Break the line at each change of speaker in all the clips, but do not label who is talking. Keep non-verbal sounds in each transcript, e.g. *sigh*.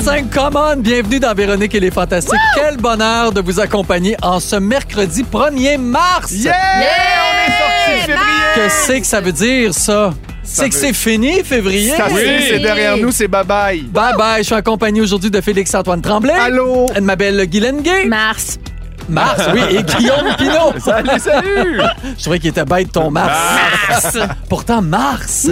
C'est 15h55, come on! Bienvenue dans Véronique et les Fantastiques. Quel bonheur de vous accompagner en ce mercredi 1er mars!
Yeah! Eh, On est sorti de février!
Que c'est que ça veut dire, ça? c'est que
veut-
c'est fini, février!
Ça
Oui.
c'est- c'est derrière nous, c'est bye bye.
Bye bye, je suis accompagné aujourd'hui de Félix-Antoine Tremblay.
Allô?
De ma belle Guylaine Gay.
Mars.
Mars, oui, et
*laughs*
Guillaume Pinot.
Salut, salut!
*laughs* Je trouvais qu'il était bête, ton Mars. Pourtant, Mars.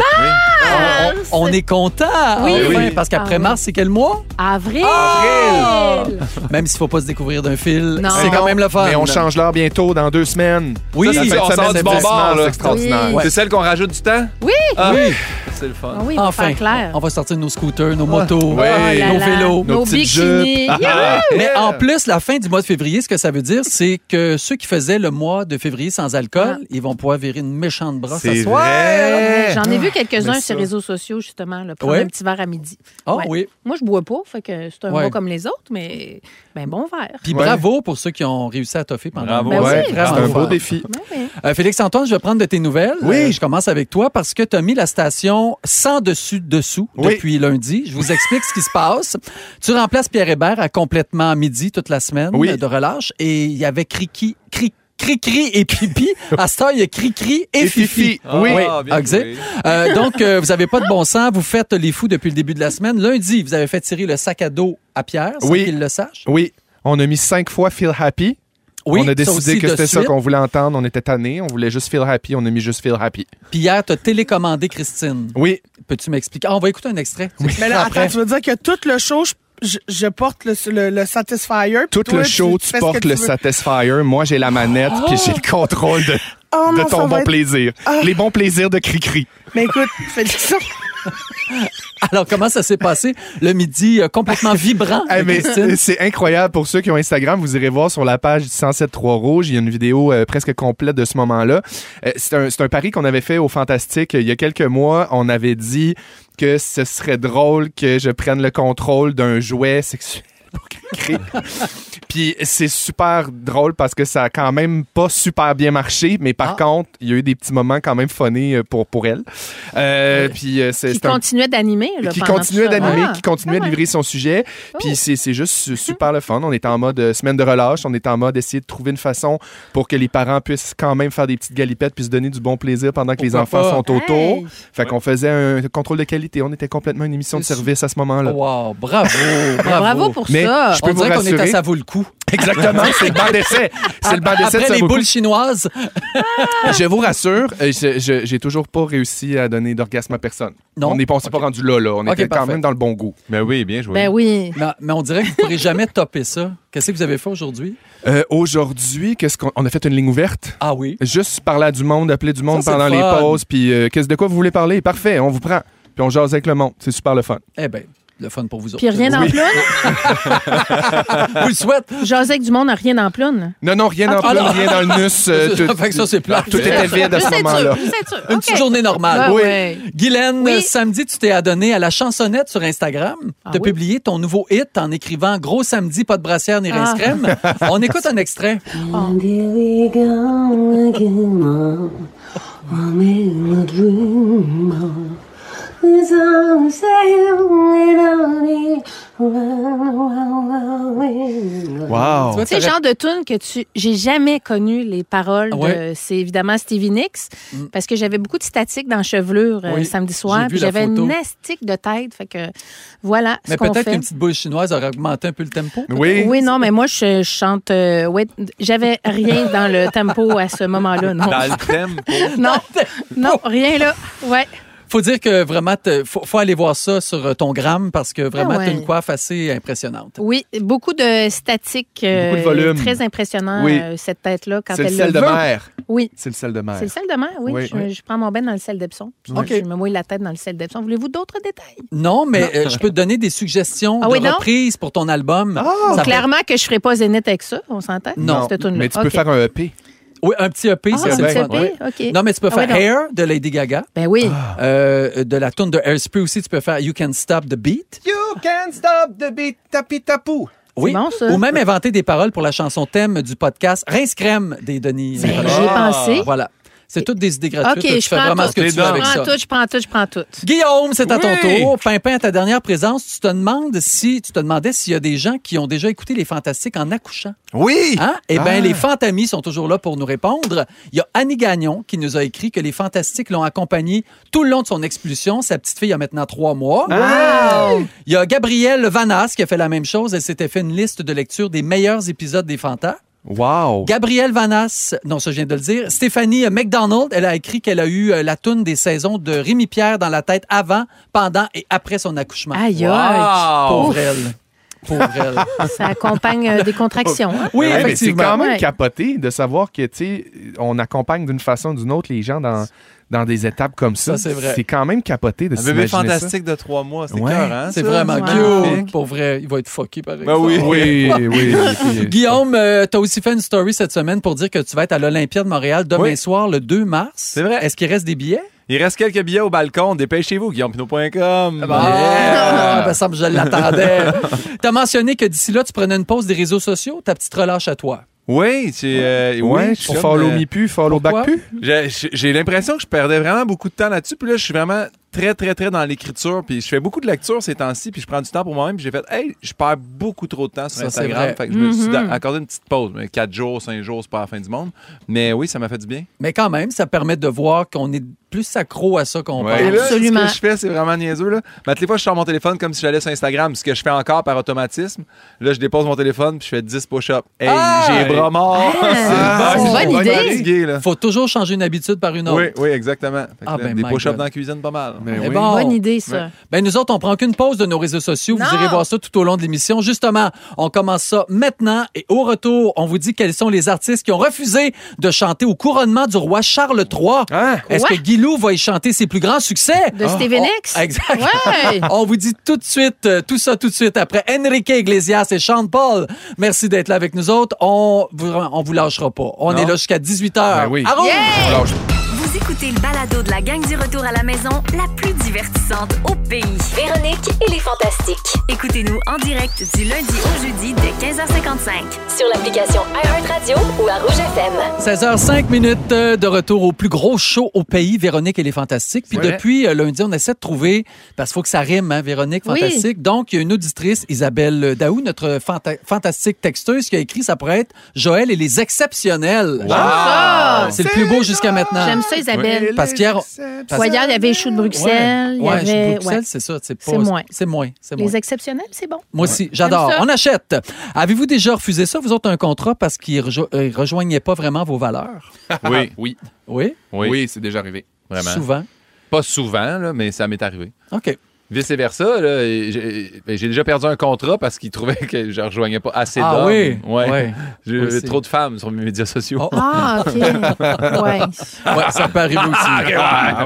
On, on- on est content.
Oui.
enfin,
Oui.
Parce qu'après
Ah oui.
Mars, c'est quel mois?
Avril.
Avril.
Même s'il ne faut pas se découvrir d'un fil,
Non.
c'est quand
Non,
même le fun.
Mais on change l'heure bientôt, dans deux semaines.
Oui,
Ça, ça fait
on
une
sort
semaine
du
de
bon
divertissement,
bord, là.
C'est extraordinaire.
Oui. Ouais.
Ouais.
C'est
C'est-
ça. celle
qu'on rajoute du temps?
Oui.
Ah,
oui,
C'est le fun.
Ah oui,
enfin,
enfin, clair.
on va sortir nos scooters,
Ah.
nos motos,
Ouais.
Oh là
nos
là. Nos,
vélos.
Nos Ah, petites
bikinis.
jupes.
Yeah.
Mais en plus, la fin du mois de février, ce que ça veut dire, c'est que ceux qui faisaient le mois de février sans alcool,
Ah.
ils vont pouvoir virer une méchante brosse à
C'est
soir.
vrai.
J'en ai vu
Ah, mais
quelques-uns
ça.
sur les réseaux sociaux, justement, là, prendre
Ouais.
un petit verre à midi.
Ah
Ouais.
oui.
Moi, je bois pas, fait que c'est un
Ouais.
mois comme les autres, mais ben bon verre.
Puis
Ouais.
bravo pour ceux qui ont réussi à toffer pendant
Bravo.
le mois.
Ben
Ouais,
oui.
c'est
Vraiment
un
fort.
beau défi.
Ouais, ouais.
Euh, Félix-Antoine, je vais prendre de tes nouvelles.
Oui.
Euh, je commence avec toi parce que tu as mis la station sans dessus-dessous
Oui.
depuis lundi. Je vous explique ce qui se passe. Tu remplaces Pierre Hébert à complètement midi toute la semaine
Oui.
euh, de relâche et il y avait Cricri, Cri- Cricri et Pipi. À ce temps, il y a Cricri et,
Et
Fifi.
Fifi. Oui.
Ah, bien
exact.
joué.
Euh, donc, euh, vous n'avez pas de bon sens. Vous faites les fous depuis le début de la semaine. Lundi, vous avez fait tirer le sac à dos à Pierre sans
Oui.
qu'il le sache.
Oui, on a mis cinq fois Feel Happy. on
ça
a décidé
aussi
que
de
c'était ça
suite.
qu'on voulait entendre. On était tannés. On voulait juste Feel Happy. On a mis juste Feel Happy.
Puis hier, tu as télécommandé Christine.
Oui.
Peux-tu m'expliquer? Ah, on va écouter un extrait.
Mais là,
Après.
attends, tu veux dire que tout le show, je, je- je porte le, le, le Satisfyer. puis
Tout
toi,
le show, tu,
fais ce que
portes le
veux.
Satisfyer. Moi, j'ai la manette, puis j'ai le contrôle de,
Oh,
de
non, ça
ton
va
bon
être-
plaisir.
Ah.
Les bons plaisirs de Cricri.
Mais écoute, Félix,
Alors, comment ça s'est passé le midi euh,
*laughs*
complètement vibrant?
Eh,
de
mais
Christine?
c'est incroyable pour ceux qui ont Instagram. Vous irez voir sur la page du 1073 Rouge. Il y a une vidéo euh, presque complète de ce moment-là. Euh, c'est un, c'est un pari qu'on avait fait au Fantastique euh, il y a quelques mois. On avait dit que ce serait drôle que je prenne le contrôle d'un jouet sexuel. *laughs* pour Cricri. Puis c'est super drôle parce que ça a quand même pas super bien marché, mais par
Ah.
contre, il y a eu des petits moments quand même funny euh, pour, pour elle. Euh, Puis euh, c'est
Qui
c'est un
continuait d'animer. là,
qui
pendant
continuait
tout ça.
d'animer,
Ah, Oh. Mm-hmm.
qui continuait de
quand même.
livrer son sujet. Puis c'est c'est juste su- super le fun. On est en mode euh, semaine de relâche. On est en mode essayer de trouver une façon pour que les parents puissent quand même faire des petites galipettes puis se donner du bon plaisir pendant que les
Pourquoi
enfants
pas?
sont autour.
Hey.
Fait qu'on faisait un contrôle de qualité. On était complètement une émission de
C'est
service à ce moment-là.
Wow, bravo,
*laughs*
bravo.
Bravo pour
Mais
ça.
je
On
peux vous
dirait qu'on est à
rassurer.
ça vaut le coup.
Exactement, c'est le banc d'essai. C'est le banc d'essai de
Après
ça
les
vaut le coup.
boules chinoises,
Je vous rassure, euh, je- je- j'ai toujours pas réussi à donner d'orgasme à personne.
Non?
On n'est pas, on s'est pas rendu là, là. On
Ok,
était quand
parfait.
même dans le bon goût.
Ben oui, bien joué.
Ben oui.
mais, mais on dirait que vous ne pourrez jamais topper ça. Qu'est-ce que vous avez fait aujourd'hui?
Euh, Aujourd'hui, qu'est-ce qu'on on a fait une ligne ouverte?
Ah oui.
Juste parler à du monde, appeler du monde
Ça, c'est
pendant
le
les
fun.
pauses, puis euh, qu'est-ce de quoi vous voulez parler? Parfait, on vous prend. Puis on jase avec le monde. C'est super le fun.
Eh bien, le fun pour vous autres.
Puis rien en
Oui.
ploune.
Vous le souhaite.
Jasais avec du monde, rien en ploune.
Non, non, rien dans
Ah,
le
non.
rien dans
*laughs*
le nus. euh, tout,
Fait que ça, c'est plat.
tout était vide à
Je
ce
sais sûr,
moment-là.
je sais sûr.
Une
OK.
petite journée normale.
Ah,
Oui.
ouais.
Guylaine,
Oui.
euh, samedi, tu t'es adonnée à la chansonnette sur Instagram.
Ah
T'as
oui?
publié ton nouveau hit en écrivant Gros samedi, pas de brassière ni rince
Ah. *laughs*
crème. On écoute un extrait.
And here we go again, I'm in a dream. There's all sailing on it, round, round, round.
Wow.
vois,
Tu sais,
t'aurais-
genre de tune que tu. J'ai jamais connu les paroles
Ah
de.
ouais?
C'est évidemment Stevie Nicks, parce que j'avais beaucoup de statiques dans chevelure euh,
Oui,
samedi soir,
j'ai vu
puis
la
j'avais
photo.
une astique de tête. Fait que voilà
Mais
ce qu'on
peut-être
fait.
qu'une petite boule chinoise aurait augmenté un peu le tempo.
Oui.
Oui, non, mais moi, je, je chante. euh, ouais, j'avais rien dans le tempo à ce moment-là, non.
Dans le thème.
Non, non, rien là. Ouais.
Faut dire que vraiment, te- faut, faut aller voir ça sur euh, ton gramme parce que vraiment,
Ah ouais.
t'as une coiffe assez impressionnante.
Oui, beaucoup de statique. euh,
Beaucoup de volume.
Très impressionnant,
Oui.
euh, cette tête-là, quand
C'est le
elle le
sel de
veut.
mer.
Oui.
C'est le sel de mer.
C'est le sel de mer, oui.
Oui,
je,
oui.
je prends mon bain dans le sel d'Epsom. Puis
OK.
Je me mouille la tête dans le sel d'Epsom. Voulez-vous d'autres détails?
Non, mais euh, je peux te donner des suggestions
Ah
de
oui, non?
reprises pour ton album.
Ah!
Ça peut-
Clairement que je ne ferai pas zénith avec ça, on s'entend?
Non,
cette tune-là.
Mais tu
OK.
peux faire un E EP.
Oui, un petit E EP,
Ah,
c'est
un
le
petit
fun.
EP, OK.
Non, mais tu peux
Ah oui,
faire
donc.
Hair de Lady Gaga.
Ben oui.
Euh, de la tune de Airspray aussi, tu peux faire You Can Stop the Beat.
You can stop the beat, tapi tapou.
Oui.
bon, ça.
Ou même inventer des paroles pour la chanson thème du podcast Rince Crème des Denis.
Ben,
Nicolas. Ah.
j'y ai pensé.
Voilà. C'est toutes des idées gratuites.
OK,
tu
je
fais
prends
vraiment
tout.
ce que tu
Les
veux avec
Je
ça.
prends tout, je prends tout, je prends tout.
Guillaume, c'est à ton
Oui.
tour. Pimpin, à ta dernière présence, tu te demandes si tu te demandais s'il y a des gens qui ont déjà écouté les Fantastiques en accouchant.
Oui!
Hein? Eh bien,
Ah.
les Fantamis sont toujours là pour nous répondre. Il y a Annie Gagnon qui nous a écrit que les Fantastiques l'ont accompagnée tout le long de son expulsion. Sa petite fille a maintenant trois mois. Il y a Gabrielle Vanas qui a fait la même chose. Elle s'était fait une liste de lecture des meilleurs épisodes des Fantas.
Wow!
Gabrielle Vanas, non, ça je viens de le dire. Stéphanie McDonald, elle a écrit qu'elle a eu euh, la toune des saisons de Rémi Pierre dans la tête avant, pendant et après son accouchement.
Aïe, aïe.
Pauvre
Wow!
elle. Pauvre elle.
Ça accompagne euh, des contractions. hein?
Oui,
Ouais, mais c'est
effectivement.
quand même
Ouais.
capoté de savoir que, tu sais, on accompagne d'une façon ou d'une autre les gens dans, dans des étapes comme ça.
Ça, c'est vrai.
quand même capoté de
Un bébé
s'imaginer ça.
fantastique de trois mois, c'est
Ouais.
cœur, hein?
C'est
ça? Ben
vraiment
Wow.
cute. Pour vrai, il va être fucké par exemple.
oui.
*laughs* Oui, oui. oui.
Guillaume, euh, t'as aussi fait une story cette semaine pour dire que tu vas être à l'Olympia de Montréal demain
Oui.
soir, le 2 mars.
C'est vrai.
Est-ce qu'il reste des billets?
Il reste quelques billets au balcon. Dépêchez-vous, guillaumepinot.com.
bah. Ah, ben, ça me- je
*laughs*
l'attendais. T'as mentionné que d'ici là, tu prenais une pause des réseaux sociaux, ta petite relâche à toi.
Oui, c'est.
Ouais,
euh, oui,
je suis
comme,
follow
euh,
me pu, follow
pourquoi?
back pu.
J'ai- J'ai l'impression que je perdais vraiment beaucoup de temps là-dessus. Puis là, je suis vraiment très, très, très dans l'écriture. Puis je fais beaucoup de lecture ces temps-ci. Puis je prends du temps pour moi-même. Puis j'ai fait, hey, je perds beaucoup trop de temps sur
Ça, c'est vrai.
Instagram. Fait que je me suis da- accordé une petite pause. Mais quatre jours, cinq jours, c'est pas la fin du monde. Mais oui, ça m'a fait du bien.
Mais quand même, ça permet de voir qu'on est plus accro à ça qu'on
Et
pense.
là,
Absolument.
ce que je fais, c'est vraiment niaiseux. Là. Mais toutes les fois, je sors mon téléphone comme si j'allais sur Instagram, ce que je fais encore par automatisme. Là, je dépose mon téléphone puis je fais 10 push-ups. Hey,
Ah!
j'ai les bras morts. *laughs*
Ah, c'est
bon.
une bonne
Je suis
idée.
fatigué, là.
Faut toujours changer une habitude par une autre.
Oui, oui, exactement. Fait que
Ah,
là,
ben,
des
my
push-ups
God.
dans la cuisine, pas mal.
Mais
Eh
Mais
oui.
bon.
Bonne idée, ça.
Ben, nous autres, on prend aucune pause de nos réseaux sociaux. Vous
Non.
irez voir ça tout au long de l'émission. Justement, on commence ça maintenant et au retour, on vous dit quels sont les artistes qui ont refusé de chanter au couronnement du roi Charles III.
Hein?
Est-ce que
Quoi?
Guilou va y chanter ses plus grands succès?
De Steven X?
on- *laughs* Exact.
Ouais.
On vous dit tout de suite, euh, tout ça tout de suite après Enrique Iglesias et Sean Paul. Merci d'être là avec nous autres. On vous, on vous lâchera pas. On est là jusqu'à 18h.
Ben oui.
À Rouge!
Alors, je-
Vous écoutez le balado de la gang du retour à la maison, la plus divertissante au pays.
Véronique et les Fantastiques.
Écoutez-nous en direct du lundi au jeudi dès 15h55.
Sur l'application iHeartRadio ou à Rouge FM.
16h05 minutes euh, de retour au plus gros show au pays, Véronique et les Fantastiques. Puis
Ouais.
depuis euh, lundi, on essaie de trouver, parce qu'il faut que ça rime, hein, Véronique,
Oui.
Fantastique. Donc, il y a une auditrice, Isabelle euh, Daou, notre fanta- fantastique texteuse, qui a écrit, ça pourrait être Joël et les exceptionnels.
Ah,
C'est le plus beau jusqu'à maintenant.
J'aime ça, Isabelle.
Parce qu'hier, on-
Ouais, hier, il y avait les choux de Bruxelles. il y
Ouais, je
avait...
suis Bruxelles,
ouais.
c'est ça. C'est pas-
C'est moins.
C'est moins. c'est moins.
Les exceptionnels, c'est bon.
Moi aussi, j'adore.
J'aime ça.
On achète. Avez-vous déjà refusé ça, vous autres, un contrat parce qu'il rejo- euh, il rejoignait pas vraiment vos valeurs?
Oui,
Oui,
Ah, Oui,
oui,
oui, c'est déjà arrivé.
vraiment.
souvent.
Pas souvent, là, mais ça m'est arrivé.
OK.
Vice-versa, là, j'ai ben, j'ai déjà perdu un contrat parce qu'ils trouvaient que je rejoignais pas assez
Ah
d'hommes.
oui,
Ouais.
ouais.
J'ai
Aussi.
trop de femmes sur mes médias sociaux.
Oh.
Ah, OK. ouais.
Ouais, ça peut arriver
*laughs*
aussi.
Ah,
Ah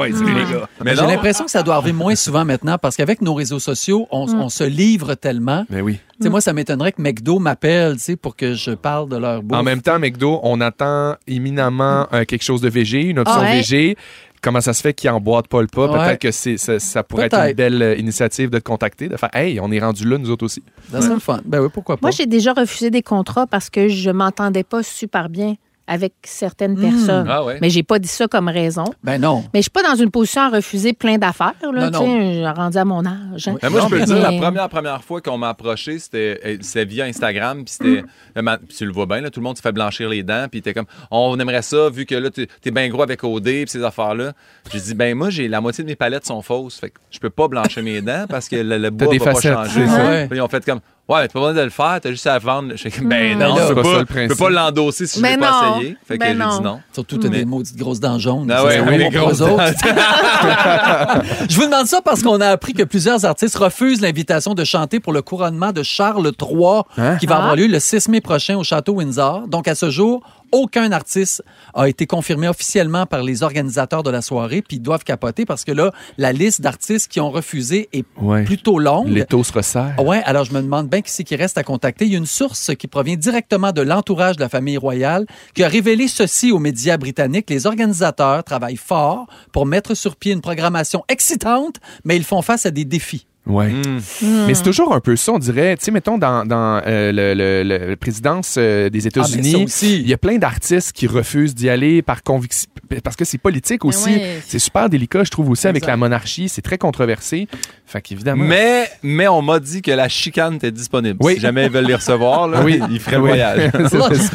Mais
J'ai
non.
l'impression que ça doit arriver moins souvent maintenant parce qu'avec nos réseaux sociaux, on,
Mm.
on se livre tellement.
Ben
Mais oui.
Tu sais, Moi, ça m'étonnerait que McDo m'appelle tu sais, pour que je parle de leur bouffe.
En même temps, McDo, on attend imminemment euh, quelque chose de végé, une option
Ah ouais.
végé. Comment ça se fait qu'ils emboîtent pas le pas? Peut-être
Ouais.
que c'est, ça, ça pourrait être
Peut-être.
une belle euh, initiative de te contacter, de faire Hey, on est rendu là, nous autres aussi.
Ça serait le fun. Ben oui, pourquoi pas.
Moi, j'ai déjà refusé des contrats parce que je m'entendais pas super bien avec certaines personnes.
Ah ouais.
Mais j'ai pas dit ça comme raison.
Ben non.
Mais je suis pas dans une position à refuser plein d'affaires. Là,
Non,
tu sais, j'ai rendu à mon âge. hein.
Oui.
Ben, moi, je peux le dire, la
Mais-
première, première fois qu'on m'a approché, c'était euh, c'était via Instagram. Puis c'était.
Mm.
le ma- puis tu le vois bien, là, tout le monde se fait blanchir les dents. Puis t'es comme, on aimerait ça, vu que là, t'es es bien gros avec OD puis ces affaires-là. J'ai dit, ben moi, j'ai la moitié de mes palettes sont fausses. Fait que je peux pas blanchir mes dents parce que le, le bois
des
va
facettes,
pas changer.
c'est ça.
Puis ils ont fait comme, Ouais, mais t'as pas besoin de le faire, t'as juste à le vendre. J'étais comme, ben non,
Mais là,
je peux
Mm. c'est pas ça,
pas,
le
je peux
principe.
pas l'endosser si je
Mais
l'ai pas
non.
essayé. Fait que
Ben
j'ai dit
non.
non.
Surtout, t'as
Mais-
des maudites grosses dents jaunes.
Ah
Ça,
ouais,
c'est
oui,
bon
les
pour
grosses
eux autres.
dents.
*laughs*
*laughs*
Je vous demande ça parce qu'on a appris que plusieurs artistes refusent l'invitation de chanter pour le couronnement de Charles III
Hein?
qui va avoir lieu le 6 mai prochain au Château Windsor. Donc, à ce jour, aucun artiste a été confirmé officiellement par les organisateurs de la soirée, puis ils doivent capoter parce que là, la liste d'artistes qui ont refusé est
Ouais.
plutôt longue.
Les taux se resserrent.
Ah Ouais, alors je me demande bien qui c'est qui reste à contacter. Il y a une source qui provient directement de l'entourage de la famille royale qui a révélé ceci aux médias britanniques. Les organisateurs travaillent fort pour mettre sur pied une programmation excitante, mais ils font face à des défis. Ah,
Ouais.
Hmm.
Mais c'est toujours un peu ça, on dirait. Tu sais, mettons, dans, dans euh, le, le- le- la présidence euh, des
Ah, mais ça
États-Unis,
aussi.
il y a plein d'artistes qui refusent d'y aller par conviction, parce que c'est politique aussi.
ouais.
C'est super délicat, je trouve, aussi, avec
Exact.
la monarchie. C'est très controversé. Fait qu'évidemment...
Mais, mais on m'a dit que la chicane était disponible.
Oui.
Si jamais ils veulent les recevoir, là,
Oui.
ils feraient le
Ah, Oui. *laughs*
voyage.
Là,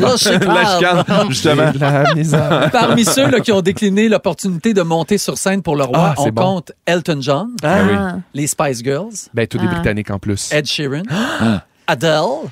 là, je
*laughs*
sais
la
pas.
chicane, justement.
J'ai de la misère.
*laughs*
Parmi ceux là, qui ont décliné l'opportunité de monter sur scène pour le roi,
Ah, c'est
on
bon.
compte Elton John,
Ah oui.
Ah.
les Spice Girls,
Ben, tous des
Ah.
Britanniques en plus.
Ed Sheeran,
Ah.
Adele,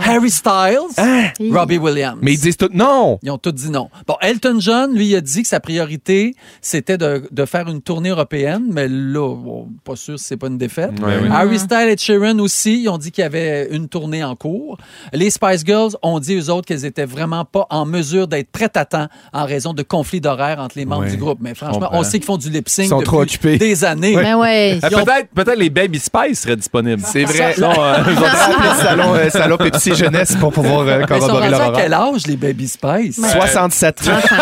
Harry Styles, Robbie Williams.
Mais ils disent tout non!
Ils ont tous dit non. Bon, Elton John, lui, il a dit que sa priorité, c'était de, de faire une tournée européenne, mais là, bon, pas sûr si c'est pas une défaite.
Ouais, oui.
Harry Styles et Sheeran aussi, ils ont dit qu'il y avait une tournée en cours. Les Spice Girls ont dit, eux autres, qu'elles étaient vraiment pas en mesure d'être prêtes à temps en raison de conflits d'horaire entre les membres
Ouais,
du groupe. Mais franchement,
comprends.
on sait qu'ils font du lip-sync
Ils sont
depuis
trop occupés.
des années.
*laughs* Ben ouais.
Ah, Peut-être peut les Baby Spice seraient disponibles.
C'est vrai.
Ils sont, euh,
*laughs*
ils ont-
Le salon, euh, salon Pepsi Jeunesse pour pouvoir euh,
Mais ils sont
corroborer
rendus
leur
à
horaire.
quel âge, les Baby Spice?
67 ans.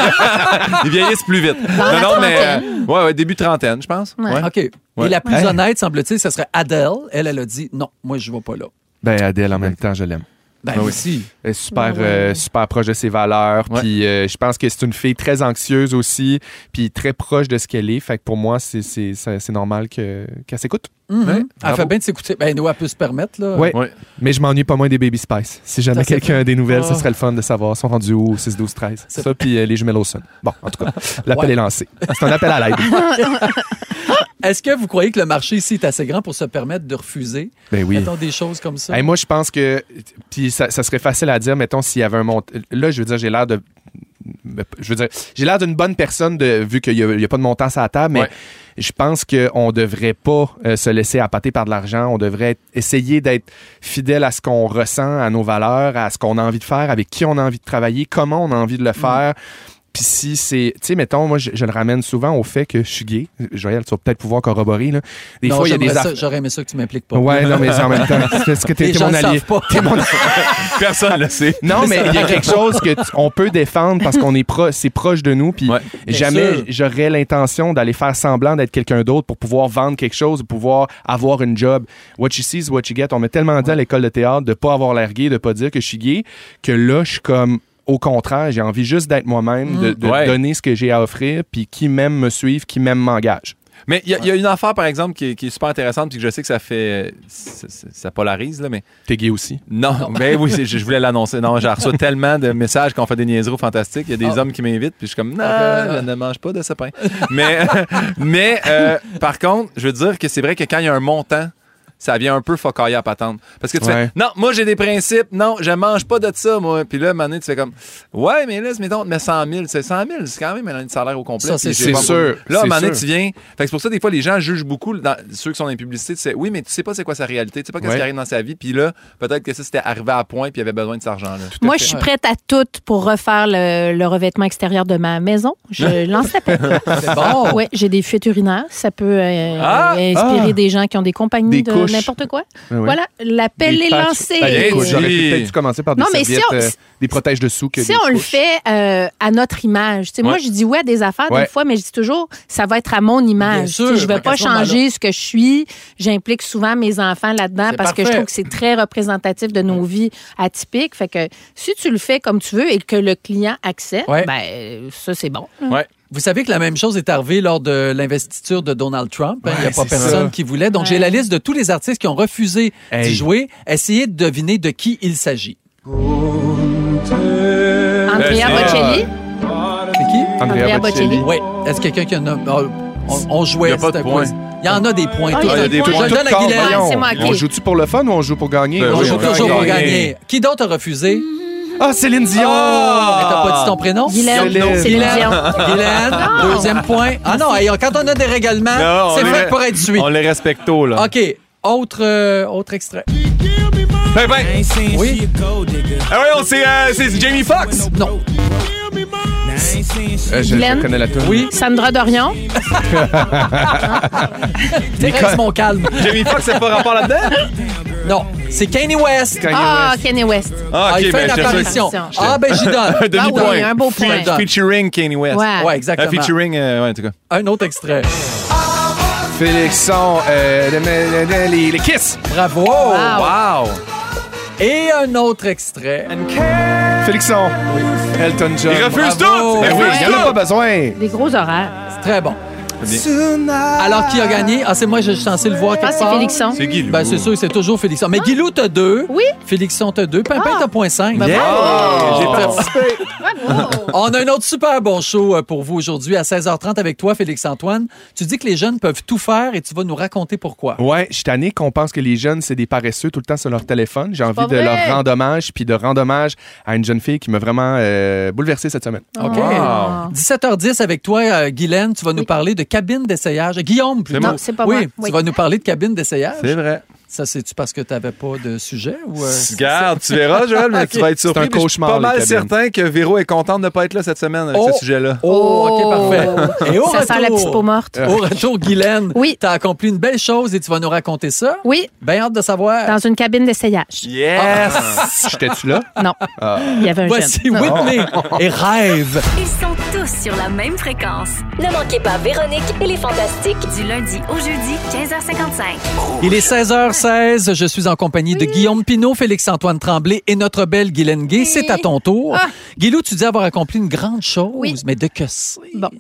ils vieillissent plus vite.
la
non, non, mais
trentaine.
euh, ouais, ouais, début trentaine, je pense.
Ouais.
Ouais.
OK.
Ouais.
Et la plus
Hey.
honnête, semble-t-il, ce serait Adele. Elle, elle a dit non, moi, je ne vais pas là.
Ben, Adèle, en même temps, je l'aime.
Ben,
Ah oui.
si.
Elle est super, euh, super proche de ses valeurs.
Ouais.
Puis euh, je pense que c'est une fille très anxieuse aussi, puis très proche de ce qu'elle est. Fait que pour moi, c'est- c'est c'est- c'est normal que- qu'elle s'écoute.
Mhm.
Ouais,
Elle
bravo.
fait bien de s'écouter. Ben, nous, elle peut se permettre, là.
Ouais.
Ouais.
Mais je m'ennuie pas moins des Baby Spice. Si
Ça,
jamais
c'est
quelqu'un a des nouvelles, ce
Ah.
serait le fun de savoir. Ils sont rendus où? au 6, 12, 13.
C'est-
Ça, puis euh, les jumelles au son. Bon, en tout cas, *laughs* l'appel
Ouais.
est lancé. C'est un appel
*laughs*
à l'aide.
Est-ce que vous croyez que le marché ici est assez grand pour se permettre de refuser
ben oui.
mettons, des choses comme ça?
Hey, moi, je pense que. Puis ça, ça serait facile à dire, mettons, s'il y avait un mont... Là, je veux dire, j'ai l'air de. Je veux dire, j'ai l'air d'une bonne personne de, vu qu'il n'y a, pas de montant sur la table, mais
Ouais.
je pense qu'on ne devrait pas euh, se laisser appâter par de l'argent. On devrait être- essayer d'être fidèle à ce qu'on ressent, à nos valeurs, à ce qu'on a envie de faire, avec qui on a envie de travailler, comment on a envie de
Mm.
le faire. Puis si c'est. Tu sais, mettons, moi, je, je le ramène souvent au fait que je suis gay. Joël, tu vas peut-être pouvoir corroborer. Là. Des
Non,
fois, il y a des
j'aimerais ça-
aff-
J'aurais aimé ça que tu m'impliques pas.
Ouais, non, mais en même temps, parce que t'es
Les
t'es
gens
mon
le
allié.
savent pas. *laughs*
T'es mon
Personne ne le sait.
non, mais il y a quelque chose que tu- on peut défendre parce qu'on est pro- c'est proche de nous, puis
Ouais.
jamais
sûr.
j'aurais l'intention d'aller faire semblant d'être quelqu'un d'autre pour pouvoir vendre quelque chose, pour pouvoir avoir une job. What you see is what you get. On m'a tellement dit à l'école de théâtre de pas avoir l'air gay, de pas dire que je suis gay, que là je suis comme au contraire, j'ai envie juste d'être moi-même,
Mm.
de, de
Ouais.
donner ce que j'ai à offrir, puis qui m'aime me suivre, qui m'aime m'engage.
Mais il y, a- il y a une affaire, par exemple, qui est, qui est super intéressante, puis que je sais que ça fait. Ça, ça- ça polarise, là, mais.
T'es gay aussi.
Non, mais oui, c'est- je, je voulais l'annoncer. Non, j'ai reçu tellement de messages qu'on fait des niaiseries fantastiques. Il y a
Ah.
des hommes qui m'invitent, puis je suis comme, non,
Ah, ben,
je ne mange pas de sapin. mais *laughs* mais euh, par contre, je veux dire que c'est vrai que quand il y a un montant, ça vient un peu focailler à patente. Parce que tu
Ouais.
fais, non, moi j'ai des principes, non, je mange pas de ça, moi. Puis là, à un moment donné, tu fais comme, ouais, mais là, mettons, mais 100 000, c'est 100 000, c'est quand même un année de salaire au complet.
Ça, c'est
puis j'ai
sûr.
pas-
C'est sûr,
Là, à un
c'est
moment donné,
sûr.
tu viens. Fait que c'est pour ça, des fois, les gens jugent beaucoup dans, ceux qui sont dans les publicités. Tu sais, oui, mais tu sais pas c'est quoi sa réalité, tu sais pas qu'est-ce
Ouais.
qui arrive dans sa vie. Puis là, peut-être que ça, c'était arrivé à point, puis il avait besoin de cet argent-là.
Moi, je suis prête à tout pour refaire le, le revêtement extérieur de ma maison. Je lance la pelle.
C'est bon.
Oui, j'ai des fuites urinaires. Ça peut euh,
Ah!
inspirer
Ah!
des gens qui ont des compagnies
Des
de
couches.
n'importe quoi.
Ben oui.
Voilà, l'appel
Des
est
patchs.
lancé.
Ben, écoute, J'aurais
Oui.
peut-être dû commencer par des
Non, mais si
serviettes,
on-
euh, des protèges dessous que
Si
des
on le
couches.
fait euh, à notre image, Tu sais, moi
Ouais.
je dis ouais à des affaires
Ouais.
des fois, mais je dis toujours ça va être à mon
Bien
image.
sûr,
Tu sais, je ne
fait
vais
qu'à
pas
ce moment-là-
changer ce que je suis. J'implique souvent mes enfants là-dedans
C'est
parce que
parfait.
je trouve que c'est très représentatif de nos vies atypiques. Fait que si tu le fais comme tu veux et que le client accepte,
Ouais.
ben euh, ça c'est bon.
Ouais.
Vous savez que la même chose est arrivée lors de l'investiture de Donald Trump. hein. Il n'y a
Ouais,
pas
c'est
personne
ça.
qui voulait. Donc,
Ouais.
j'ai la liste de tous les artistes qui ont refusé
Hey.
d'y jouer. Essayez de deviner de qui il s'agit.
Andrea
Ben, c'est-
Bocelli,
C'est qui?
Andrea Bocelli.
Ah.
Oui. Est-ce quelqu'un qui en a... oh, on, on jouait.
Il y a pas de
c'était
point.
quoi? Il y en a des points.
Ah,
tout
il y a
le
des
temps.
points.
Je le donne
Tout
à
corps,
Guylaine.
voyons.
Ouais, c'est moi, ok.
On joue-tu pour le fun ou on joue pour gagner?
Ben
On
oui,
joue
on
toujours
gagne.
pour gagner. Qui d'autre a refusé?
Ah, Céline Dion!
Euh,
Mais t'as pas dit ton prénom?
Guylaine,
Guylaine.
c'est
Guylaine.
Dion.
Guylaine, deuxième point. Ah non, hey, quand on a des
Non,
règlements,
on
c'est
est-
fait pour être suivi.
On les respecte tôt, là.
OK, autre, euh, autre extrait.
Ben, ben.
Oui?
Ah ouais, on- c'est euh, c'est Jamie Foxx.
Non.
Euh, je,
Guylaine.
je connais la tour.
Oui?
Sandra Dorion.
Thérèse
*laughs*
Moncalme.
Jamie Foxx, c'est pas rapport là-dedans?
Non, c'est Kanye West.
Ah, Kanye West.
Ah,
Ah, il fait
ok, ben,
une
je sais.
apparition.
J'étais-
Ah, ben j'y
Un
donne.
Ah oui,
demi-point.
un beau point.
Je le donne.
Featuring Kanye West.
Ouais.
Ouais,
Euh,
exactement.
featuring, euh, ouais, en tout cas.
Un autre extrait.
Félixon, euh, le- le- le- les, les Kiss.
Bravo.
Wow!
Et un autre extrait.
Félixon. Elton John.
Il refuse
Bravo.
tout!
Ben
Il
oui,
refuse
il n'y en a
tout!
pas besoin.
Des gros horaires.
C'est Très bon.
Bien.
Alors, qui a gagné? Ah, c'est moi, je suis censé le voir quelque
Ah, c'est Ah.
part.
Félixon.
C'est Guy.
Ben, c'est sûr, c'est toujours Félixon. Mais Guilou, t'as deux.
Oui.
Félixon, t'as deux. Pimpin,
Ah!
t'as point cinq.
Bah,
J'ai
On a un autre super bon show euh, pour vous aujourd'hui à 16h30 avec toi, Félix-Antoine. Tu dis que les jeunes peuvent tout faire et tu vas nous raconter pourquoi.
Ouais, je suis tanné qu'on pense que les jeunes, c'est des paresseux tout le temps sur leur téléphone. J'ai envie
pas
de
vrai.
leur rendre hommage, puis de rendre hommage à une jeune fille qui m'a vraiment euh, bouleversé cette semaine.
Oh.
OK.
Wow.
17h10 avec toi, euh, Guylaine. Tu vas nous parler de cabine d'essayage. Guillaume, plutôt.
moi.
Non, c'est pas
oui,
moi.
tu
Oui.
vas nous parler de cabine d'essayage.
C'est vrai.
Ça, c'est-tu parce que tu n'avais pas de sujet? Ou, euh,
Regarde, tu verras, Joël,
*laughs*
mais tu vas être surpris.
un
puis Je suis
cauchemar,
pas
les
mal
cabines.
certain que Véro est contente de ne pas être là cette semaine avec
Oh.
ce sujet-là.
Oh, OK, parfait. *laughs* Euh. Et au
Ça sent la
retour-
petite peau morte.
Au retour, Guylaine,
Oui.
tu as accompli une belle chose et tu vas nous raconter ça.
Oui,
Bien hâte de savoir.
dans une cabine d'essayage.
Yes!
J'étais-tu là?
Non. Il y avait un
Voici
jeune. Non.
Whitney
Ah.
et Rêve.
Ils sont tous sur la même fréquence.
Ne manquez pas Véronique et les Fantastiques.
Du lundi au jeudi, 15h55.
Il est 16h16. Je suis en compagnie de Guillaume Pinault, Félix-Antoine Tremblay et notre belle Guylaine Gay. C'est à ton tour. Guilou, tu dis avoir accompli une grande chose,
Ah. Oui.
mais de que c'est?
Bon.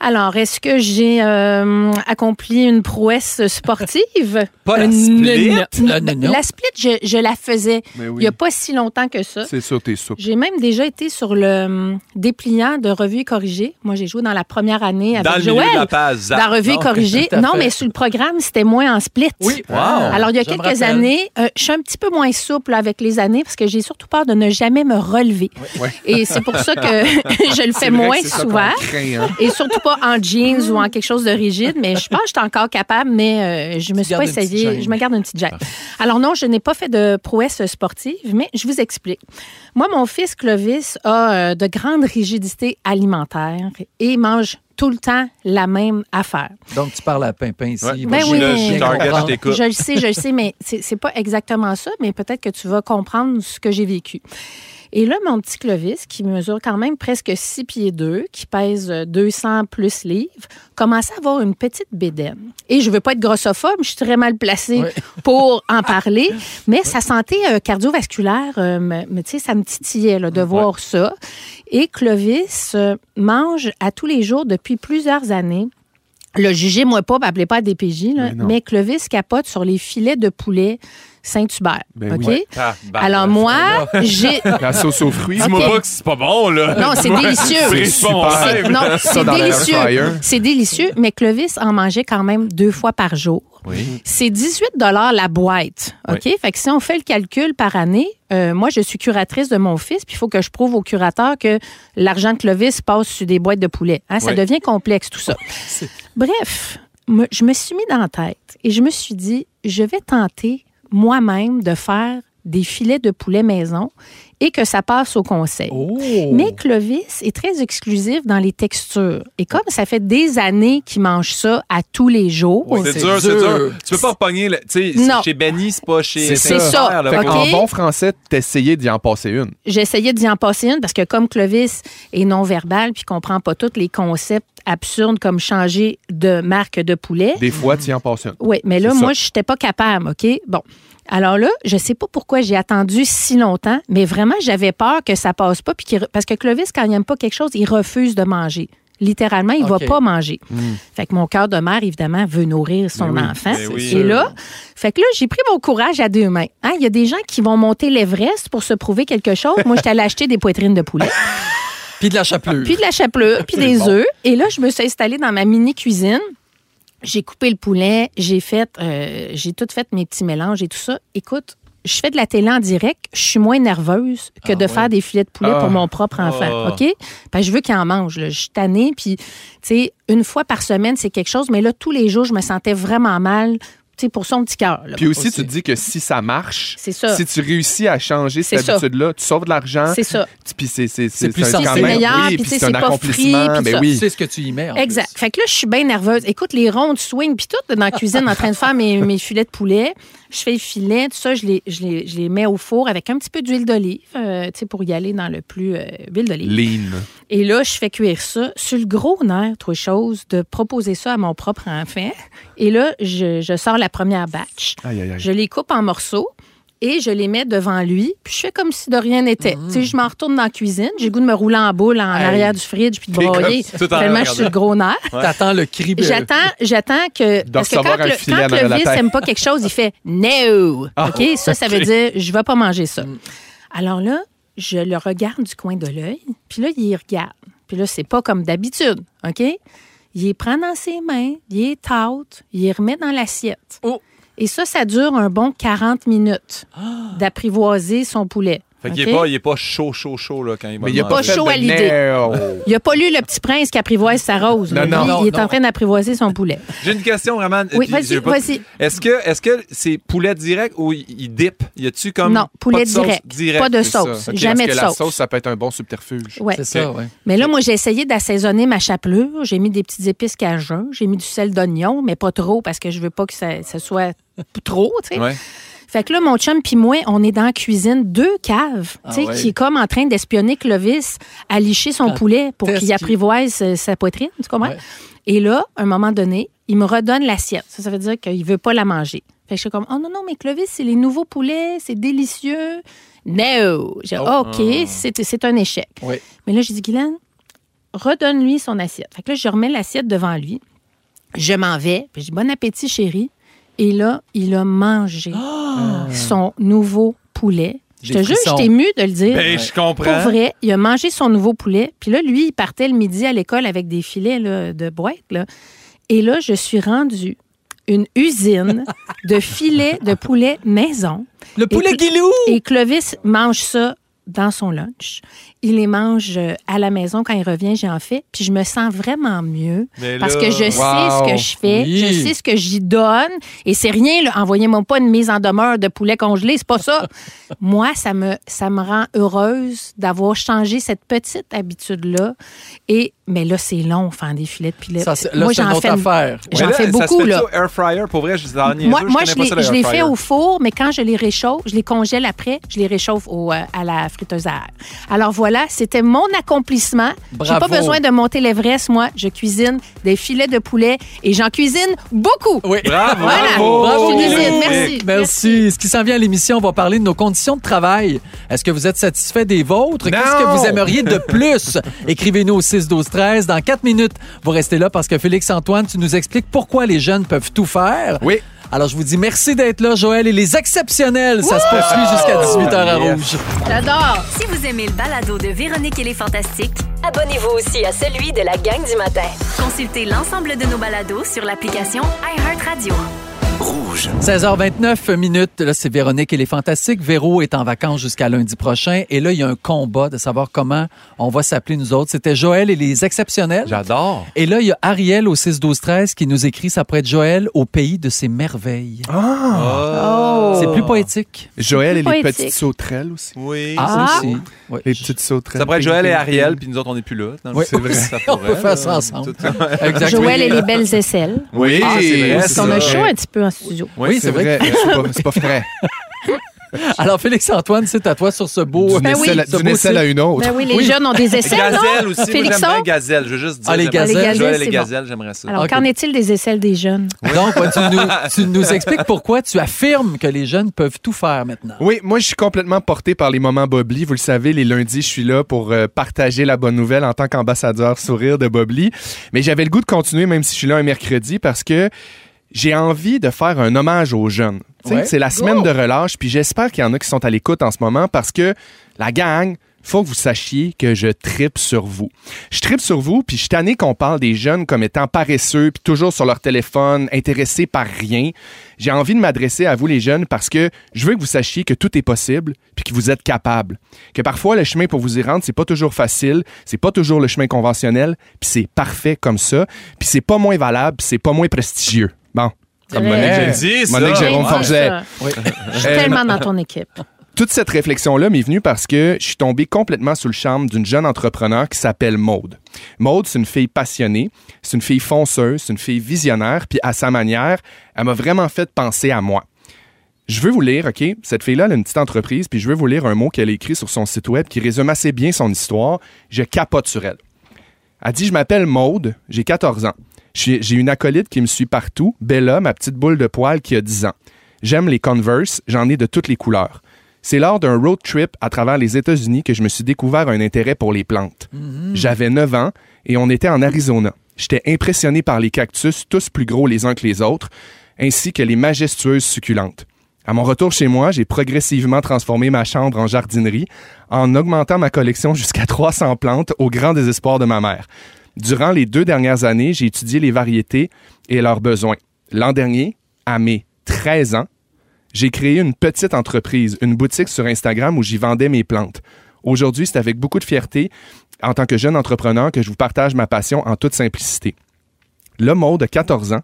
Alors, est-ce que j'ai euh, accompli une prouesse sportive?
Pas la
Euh,
split.
non, non.
*laughs* Non, non, non.
La split, je, je la faisais
Mais
il n'y a pas si longtemps que ça.
*laughs* C'est sûr, t'es soupe.
J'ai même déjà été sur le hum, dépliant de Revue et Corrigée. Moi, j'ai joué dans la première année avec
Dans le milieu
Joël.
de la page. zap.
dans Revue et
Non?
Corrigée.
tout à
Non,
fait.
mais sur le programme, c'était moins en split.
Oui.
Wow.
Alors, il y a
Ah, Je me
quelques
rappelle.
années, euh, je suis un petit peu moins souple avec les années parce que j'ai surtout peur de ne jamais me relever. Et c'est pour
*laughs*
ça que je le fais moins souvent.
hein.
Et surtout pas en jeans ou en quelque chose de rigide, mais je pense que je suis encore capable, mais euh, je me suis
gardes
pas
une petite
essayée.
gêne.
Je me garde une petite jack. Alors non, je n'ai pas fait de prouesse sportive, mais je vous explique. Moi, mon fils Clovis a euh, de grandes rigidités alimentaires et mange tout le temps la même affaire.
Donc, tu parles à Pimpin ici.
Ouais.
Il va
Ben
bien
oui. Je
Je suis target,
comprendre.
je t'écoute.
Je le sais, je le sais, mais c'est c'est pas exactement ça, mais peut-être que tu vas comprendre ce que j'ai vécu. Et là, mon petit Clovis, qui mesure quand même presque 6 pieds 2, qui pèse euh, 200 plus livres, commence à avoir une petite bédaine. Et je veux pas être grossophobe, je suis très mal placée
Ouais.
*laughs* pour en parler, mais sa santé euh, cardiovasculaire, euh, me- me- tu sais, ça me titillait là, de voir ça. Et Clovis euh, mange à tous les jours depuis plusieurs années le jugez-moi pas, appelez pas à DPJ, là,
Mais
mais,
Ben non.
Clovis capote sur les filets de poulet Saint-Hubert.
Ben oui.
OK?
Ouais.
Ah, bah,
Alors, moi, j'ai.
La sauce aux fruits.
Ok.
Dis-moi pas que c'est pas bon, là.
Non, c'est délicieux.
C'est bon.
C'est- Non, *laughs* c'est
dans l'air fryer.
délicieux. C'est délicieux, mais Clovis en mangeait quand même deux fois par jour.
Oui.
C'est 18 la boîte. OK? Fait que si on fait le calcul par année, euh, moi, je suis curatrice de mon fils, puis il faut que je prouve au curateur que l'argent de Clovis passe sur des boîtes de poulet. Hein, Ça
Oui.
devient complexe,
*laughs*
tout ça. Bref, me- je me suis mis dans la tête et je me suis dit, je vais tenter moi-même de faire des filets de poulet maison et que ça passe au conseil.
Oh.
Mais Clovis est très exclusif dans les textures. Et comme ça fait des années qu'il mange ça à tous les jours,
Ouais,
C'est
C'est
dur, c'est
dur.
dur. Tu peux pas pogner, le- tu sais,
Oh, Non.
c'est chez Benny, c'est pas chez.
C'est ça.
C'est ça.
là,
Fait
Fait
ouais.
que-
En
Ok.
bon français, t'essayais d'y en passer une.
j'essayais d'y en passer une parce que comme Clovis est non-verbal puis comprend pas tous les concepts absurdes comme changer de marque de poulet.
Des fois, t'y en passes une.
Oui, mais là,
C'est ça.
moi, je n'étais pas capable, OK? Bon. Alors là, je sais pas pourquoi j'ai attendu si longtemps, mais vraiment, j'avais peur que ça passe pas. Puis qu'il re- Parce que Clovis, quand il n'aime pas quelque chose, il refuse de manger. Littéralement, il
OK.
va pas manger.
Hmm.
Fait que mon cœur de mère, évidemment, veut nourrir son
Ben
enfant.
mais oui.
Et là, fait que là, j'ai pris mon courage à deux mains. Hein, Il y a des gens qui vont monter l'Everest pour se prouver quelque chose. Moi, j'étais allée acheter des poitrines de poulet
Puis de la chapelure.
puis de la chapelure, puis des œufs. Et là, je me suis installée dans ma mini cuisine. J'ai coupé le poulet, j'ai fait, euh, j'ai tout fait mes petits mélanges et tout ça. Écoute, je fais de la télé en direct, je suis moins nerveuse que
Ah
de
oui.
faire des filets de poulet
Ah.
pour mon propre enfant,
Ah.
ok Parce que je veux qu'il en mange. là. Je suis tannée, puis tu sais, une fois par semaine c'est quelque chose, mais là tous les jours je me sentais vraiment mal, tu sais, pour son petit cœur. là.
Puis aussi, tu te dis que si ça marche,
C'est ça.
si tu réussis à changer
C'est
cette
ça.
habitude-là, tu sauves de l'argent.
C'est ça.
Puis c'est c'est
C'est plus
un-
sain.
quand
C'est
même-
meilleur,
oui,
puis tu sais,
c'est un
c'est pas
accomplissement.
frit, puis
ben
ça.
Tu
oui.
sais ce que tu y mets. en
Exact.
plus.
Fait que là, je suis bien nerveuse. Écoute, les ronds de swing, puis tout, dans la cuisine, en train de faire mes, mes filets de poulet. Je fais les filets, tout ça, je les, je les, je les mets au four avec un petit peu d'huile d'olive, euh, tu sais, pour y aller dans le plus... euh, huile d'olive.
Lean.
Et là, je fais cuire ça sur le gros nerf, trois choses, de proposer ça à mon propre enfant. Et là, je, je sors la première batch.
Aïe, aïe, aïe.
Je les coupe en morceaux et je les mets devant lui. Puis je fais comme si de rien n'était. Tu sais, je m'en retourne dans la cuisine. J'ai le goût de me rouler en boule en arrière du fridge puis de
T'es comme-
broyer.
tout en
Tellement je suis le gros nerf.
T'attends le cri. de-
J'attends, j'attends que.
De
parce que
recevoir
quand
un
le,
filet
quand
dans
le
la
vice
tête.
n'aime pas quelque chose, il fait no. OK? Ça, ça veut dire je vais pas manger ça. Alors là, je le regarde du coin de l'œil, puis là, il y regarde. Puis là, c'est pas comme d'habitude. OK? Il les prend dans ses mains, il les tâte, il les remet dans l'assiette.
Oh.
Et ça, ça dure un bon 40 minutes d'apprivoiser son poulet.
Fait qu'il
OK?
est pas, il est pas chaud, chaud, chaud là, quand il va
Mais il n'y a
le
pas
manger.
chaud à l'idée. Il a pas lu Le Petit Prince qui apprivoise sa rose.
Non,
là.
non,
Lui,
non,
il est
non.
en train d'apprivoiser son poulet.
J'ai une question vraiment.
Oui,
puis
vas-y,
j'ai pas-
vas-y.
Est-ce que est-ce que c'est poulet direct ou il- il dip? Y a-tu comme
Non, poulet
pas de sauce
direct.
direct?
Pas de
C'est ça.
sauce.
Ok,
Jamais
parce
de
que la
sauce.
sauce, ça peut être un bon subterfuge.
Ouais.
C'est ça, oui.
Mais là, moi, j'ai essayé d'assaisonner ma chapelure. J'ai mis des petites épices cajun. J'ai mis du sel d'oignon, mais pas trop parce que je veux pas que ça, ça soit *laughs* p- trop, tu sais.
Ouais.
Fait que là, mon chum puis moi, on est dans la cuisine, deux caves, tu sais,
ouais.
qui est comme en train d'espionner Clovis à licher son poulet pour
est-ce
qu'il
qu'il-
apprivoise euh, sa poitrine, tu comprends?
Ouais.
Et là, à un moment donné, il me redonne l'assiette. Ça, ça veut dire qu'il veut pas la manger. Fait que je suis comme, oh non, non, mais Clovis, c'est les nouveaux poulets, c'est délicieux. No! J'ai, OK, c'est c'est un échec.
Oh, ah. Oui.
Mais là, j'ai dit, Guylaine, redonne-lui son assiette. Fait que là, je remets l'assiette devant lui. Je m'en vais. Puis je dis, bon appétit, chérie. Et là, il a mangé son nouveau poulet. Je
Ah. Des
te jure,
frissons.
j'étais émue de le dire.
Ben, je
Pour
comprends.
vrai, il a mangé son nouveau poulet. Puis là, lui, il partait le midi à l'école avec des filets là, de boîte. là. Et là, je suis rendue une usine de filets de poulet maison.
Le poulet
Et-
guilou!
Et Clovis mange ça dans son lunch. Il les mange euh, à la maison quand il revient, j'en fais. Puis je me sens vraiment mieux
Mais
parce
là-
que je sais ce que je fais,
Oui.
je sais ce que j'y donne. Et c'est rien, là. envoyez-moi pas une mise en demeure de poulet congelé, c'est pas
*laughs*
ça. Moi, ça me, ça me rend heureuse d'avoir changé cette petite habitude-là. Et, mais là, c'est long, faire des filets de poulet.
Ça, c'est- là,
Moi,
c'est
j'en
une autre
fais, une-
affaire.
Mais
j'en
là,
fais
ça se
beaucoup,
fait-tu
là.
au Air fryer, pour vrai, je dis, ah, niaiseux,
Moi, moi,
connais
je
pas ça,
les,
le
je
air
les
fryer.
fais au four, mais quand je les réchauffe, je les congèle après, je les réchauffe au, euh, à la friteuse à air. Alors voilà, c'était mon accomplissement. J'ai pas
Bravo.
besoin de monter l'Everest, moi. Je cuisine des filets de poulet et j'en cuisine beaucoup.
Oui.
Bravo!
Voilà.
Bravo,
Félicite.
Guilou.
Merci.
Merci. Ce qui s'en vient à l'émission, on va parler de nos conditions de travail. Est-ce que vous êtes satisfait des vôtres? Qu'est-ce que vous aimeriez de plus? Écrivez-nous au 6 12 13 Dans quatre minutes, vous restez là parce que Félix-Antoine, tu nous expliques pourquoi les jeunes peuvent tout faire.
Oui.
Alors, je vous dis merci d'être là, Joël, et les exceptionnels, ça se poursuit jusqu'à 18h à
Yes.
Rouge.
J'adore.
Si vous aimez le balado de Véronique et les Fantastiques,
Abonnez-vous aussi à celui de la gang du matin.
consultez l'ensemble de nos balados sur l'application iHeartRadio.
16h29 minutes, là c'est Véronique et les Fantastiques. Véro est en vacances jusqu'à lundi prochain et là il y a un combat de savoir comment on va s'appeler nous autres. C'était Joël et les exceptionnels.
J'adore.
Et là il y a Ariel au 6 12 13 qui nous écrit ça pourrait être Joël au pays de ses merveilles.
Ah.
Ah,
C'est plus poétique.
Joël et
C'est
les
poétique.
petites sauterelles aussi.
Oui.
Ah.
ça aussi. Ouais.
Les petites sauterelles.
Ça pourrait être Joël et Ariel, puis nous autres, on n'est plus là. Non,
*laughs* Oui,
c'est vrai. Ça
On
pourrait,
peut faire ça
là.
ensemble.
Tout- tout-
*laughs* Exactement.
Joël et les
*laughs*
belles aisselles.
Oui,
Ah, c'est vrai,
On a
ça.
chaud un petit peu en studio.
Oui, c'est
C'est
vrai.
vrai. C'est pas- C'est
*laughs*
pas frais.
Alors Félix Antoine, c'est à toi sur ce beau
D'une aisselle à-
ce
d'une
beau
aisselle à
site.
une autre.
Ben oui, les
Oui.
jeunes ont
*laughs*
des aisselles,
Gazelle
non?
aussi. Moi, j'aime
Félixon?
bien Gazelle. Je veux juste dire.
Ah, les
j'aimerais-
gazelles. Les
Joël et
gazelles,
les
c'est
gazelles, j'aimerais ça.
Alors,
Ok.
qu'en est-il des aisselles des jeunes?
Donc ouais, tu nous, tu nous expliques pourquoi tu affirmes que les jeunes peuvent tout faire maintenant.
Oui, moi, je suis complètement porté par les moments Bobli. Vous le savez, les lundis, je suis là pour euh, partager la bonne nouvelle en tant qu'ambassadeur sourire de Bobli. Mais j'avais le goût de continuer, même si je suis là un mercredi, parce que j'ai envie de faire un hommage aux jeunes. Tu sais,
Ouais.
C'est la semaine de relâche, puis j'espère qu'il y en a qui sont à l'écoute en ce moment parce que la gang, faut que vous sachiez que je tripe sur vous. Je tripe sur vous, puis je suis tanné qu'on parle des jeunes comme étant paresseux, puis toujours sur leur téléphone, intéressés par rien. J'ai envie de m'adresser à vous, les jeunes, parce que je veux que vous sachiez que tout est possible, puis que vous êtes capables. Que parfois, le chemin pour vous y rendre, c'est pas toujours facile, c'est pas toujours le chemin conventionnel, puis c'est parfait comme ça, puis c'est pas moins valable, puis c'est pas moins prestigieux. Bon. Comme
vrai.
Monique,
J'ai
Jérôme-
dit ça.
Monique Jérôme
Ouais,
Forget.
ça.
Oui.
Je suis
Euh,
tellement dans ton
*laughs*
équipe.
Toute cette réflexion-là m'est venue parce que je suis tombé complètement sous le charme d'une jeune entrepreneur qui s'appelle Maude. Maude, c'est une fille passionnée, c'est une fille fonceuse, c'est une fille visionnaire, puis à sa manière, elle m'a vraiment fait penser à moi. Je veux vous lire, OK? Cette fille-là, elle a une petite entreprise, puis je veux vous lire un mot qu'elle a écrit sur son site web qui résume assez bien son histoire. Je capote sur elle. Elle dit Je m'appelle Maude, j'ai 14 ans. Je suis- J'ai une acolyte qui me suit partout, Bella, ma petite boule de poil qui a 10 ans. J'aime les Converse, j'en ai de toutes les couleurs. C'est lors d'un road trip à travers les États-Unis que je me suis découvert un intérêt pour les plantes. J'avais 9 ans et on était en Arizona. J'étais impressionné par les cactus, tous plus gros les uns que les autres, ainsi que les majestueuses succulentes. À mon retour chez moi, j'ai progressivement transformé ma chambre en jardinerie en augmentant ma collection jusqu'à *laughs* 300 plantes au grand désespoir de ma mère. Durant les deux dernières années, j'ai étudié les variétés et leurs besoins. L'an dernier, à mes 13 ans, j'ai créé une petite entreprise, une boutique sur Instagram où j'y vendais mes plantes. Aujourd'hui, c'est avec beaucoup de fierté en tant que jeune entrepreneur que je vous partage ma passion en toute simplicité. Le Maud a 14 ans.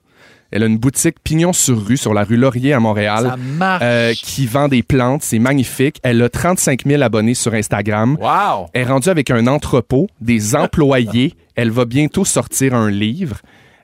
Elle a une boutique pignon sur rue sur la rue Laurier à Montréal
Ça marche.
euh, qui vend des plantes. C'est magnifique. Elle a 35 000 abonnés sur Instagram.
Wow!
Elle est rendue avec un entrepôt, des employés. Elle va bientôt sortir un livre.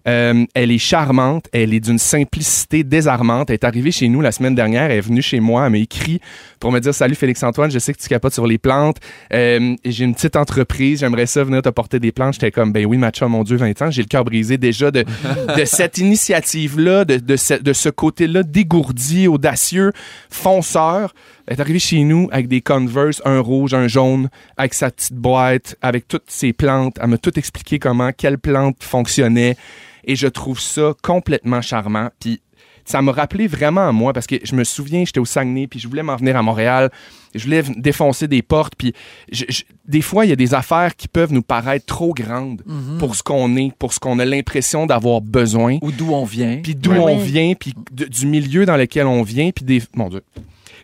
Euh, elle est charmante, elle est d'une simplicité désarmante. Elle est arrivée chez nous la semaine dernière, elle est venue chez moi, elle m'a écrit pour me dire Salut Félix-Antoine, je sais que tu capotes sur les plantes. Euh, j'ai une petite entreprise, j'aimerais ça venir te porter des plantes. J'étais comme Ben oui, Macha, mon Dieu, 20 ans, j'ai le cœur brisé déjà de, de cette initiative-là, de, de ce, de ce côté-là dégourdi, audacieux, fonceur. Elle est arrivée chez nous avec des Converse, un rouge, un jaune, avec sa petite boîte, avec toutes ses plantes. Elle m'a tout expliqué comment, quelle plante fonctionnait. Et je trouve ça complètement charmant. Puis ça m'a rappelé vraiment à moi parce que je me souviens, j'étais au Saguenay, puis je voulais m'en venir à Montréal. Je voulais v- défoncer des portes. Puis je- je- des fois, il y a des affaires qui peuvent nous paraître trop grandes pour ce qu'on est, pour ce qu'on a l'impression d'avoir besoin
Ou d'où on vient.
puis d'où
Ouais.
on
Oui.
vient, puis de- du milieu dans lequel on vient, puis des mon Dieu.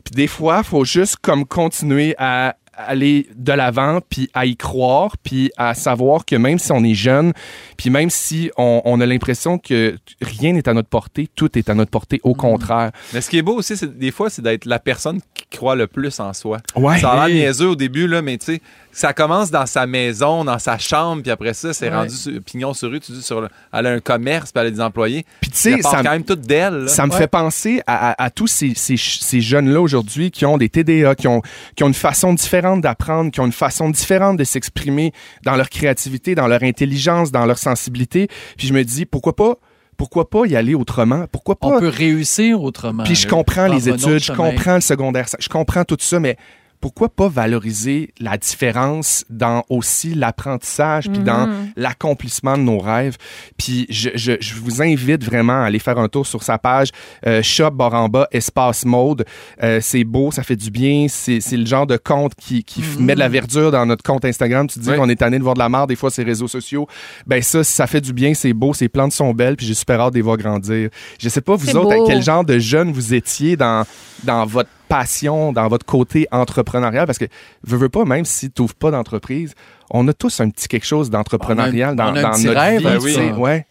Puis des fois, faut juste comme continuer à aller de l'avant, puis à y croire, puis à savoir que même si on est jeune, puis même si on, on a l'impression que t- rien n'est à notre portée, tout est à notre portée,
Mm.
au contraire.
Mais ce qui est beau aussi, c'est des fois, c'est d'être la personne qui croit le plus en soi.
Ouais.
Ça a l'air
Hey.
niaiseux au début, là, mais tu sais, ça commence dans sa maison, dans sa chambre, puis après ça, c'est
Ouais.
rendu sur- pignon sur rue, tu dis, sur le- elle a un commerce, puis elle a des employés.
Puis tu sais,
C'est
ça,
quand
me-
même toute d'elle. là.
ça me
Ouais.
fait penser à, à- à tous ces, ces ch- ces jeunes-là aujourd'hui qui ont des TDA, qui ont, qui ont une façon différente d'apprendre, qui ont une façon différente de s'exprimer dans leur créativité, dans leur intelligence, dans leur sensibilité. Puis je me dis, pourquoi pas, pourquoi pas y aller autrement? Pourquoi pas?
On peut réussir autrement.
Puis je
là, par
comprends les
un autre
études, je
chemin.
comprends le secondaire, je comprends tout ça, mais pourquoi pas valoriser la différence dans aussi l'apprentissage puis dans
Mm.
l'accomplissement de nos rêves? Puis je, je- je vous invite vraiment à aller faire un tour sur sa page euh, Shop Baramba Espace Mode. Euh, c'est beau, ça fait du bien, c'est c'est le genre de compte qui, qui f- met de
Mm.
la verdure dans notre compte Instagram. Tu te dis
Oui.
qu'on est tanné de voir de la merde des fois ces réseaux sociaux. Ben ça, ça fait du bien, c'est beau, ces plantes sont belles puis j'ai super hâte de les voir grandir. Je sais pas vous
C'est
autres, à
beau.
quel genre de jeune vous étiez dans, dans votre passion, dans votre côté entrepreneurial? Parce que, veux, veux pas, même si tu pas d'entreprise, on a tous un petit quelque chose d'entrepreneurial
On a un-
dans,
on a un
dans
petit
notre
rêve, Ah.
vie.
ben
tu
oui.
sais, ouais.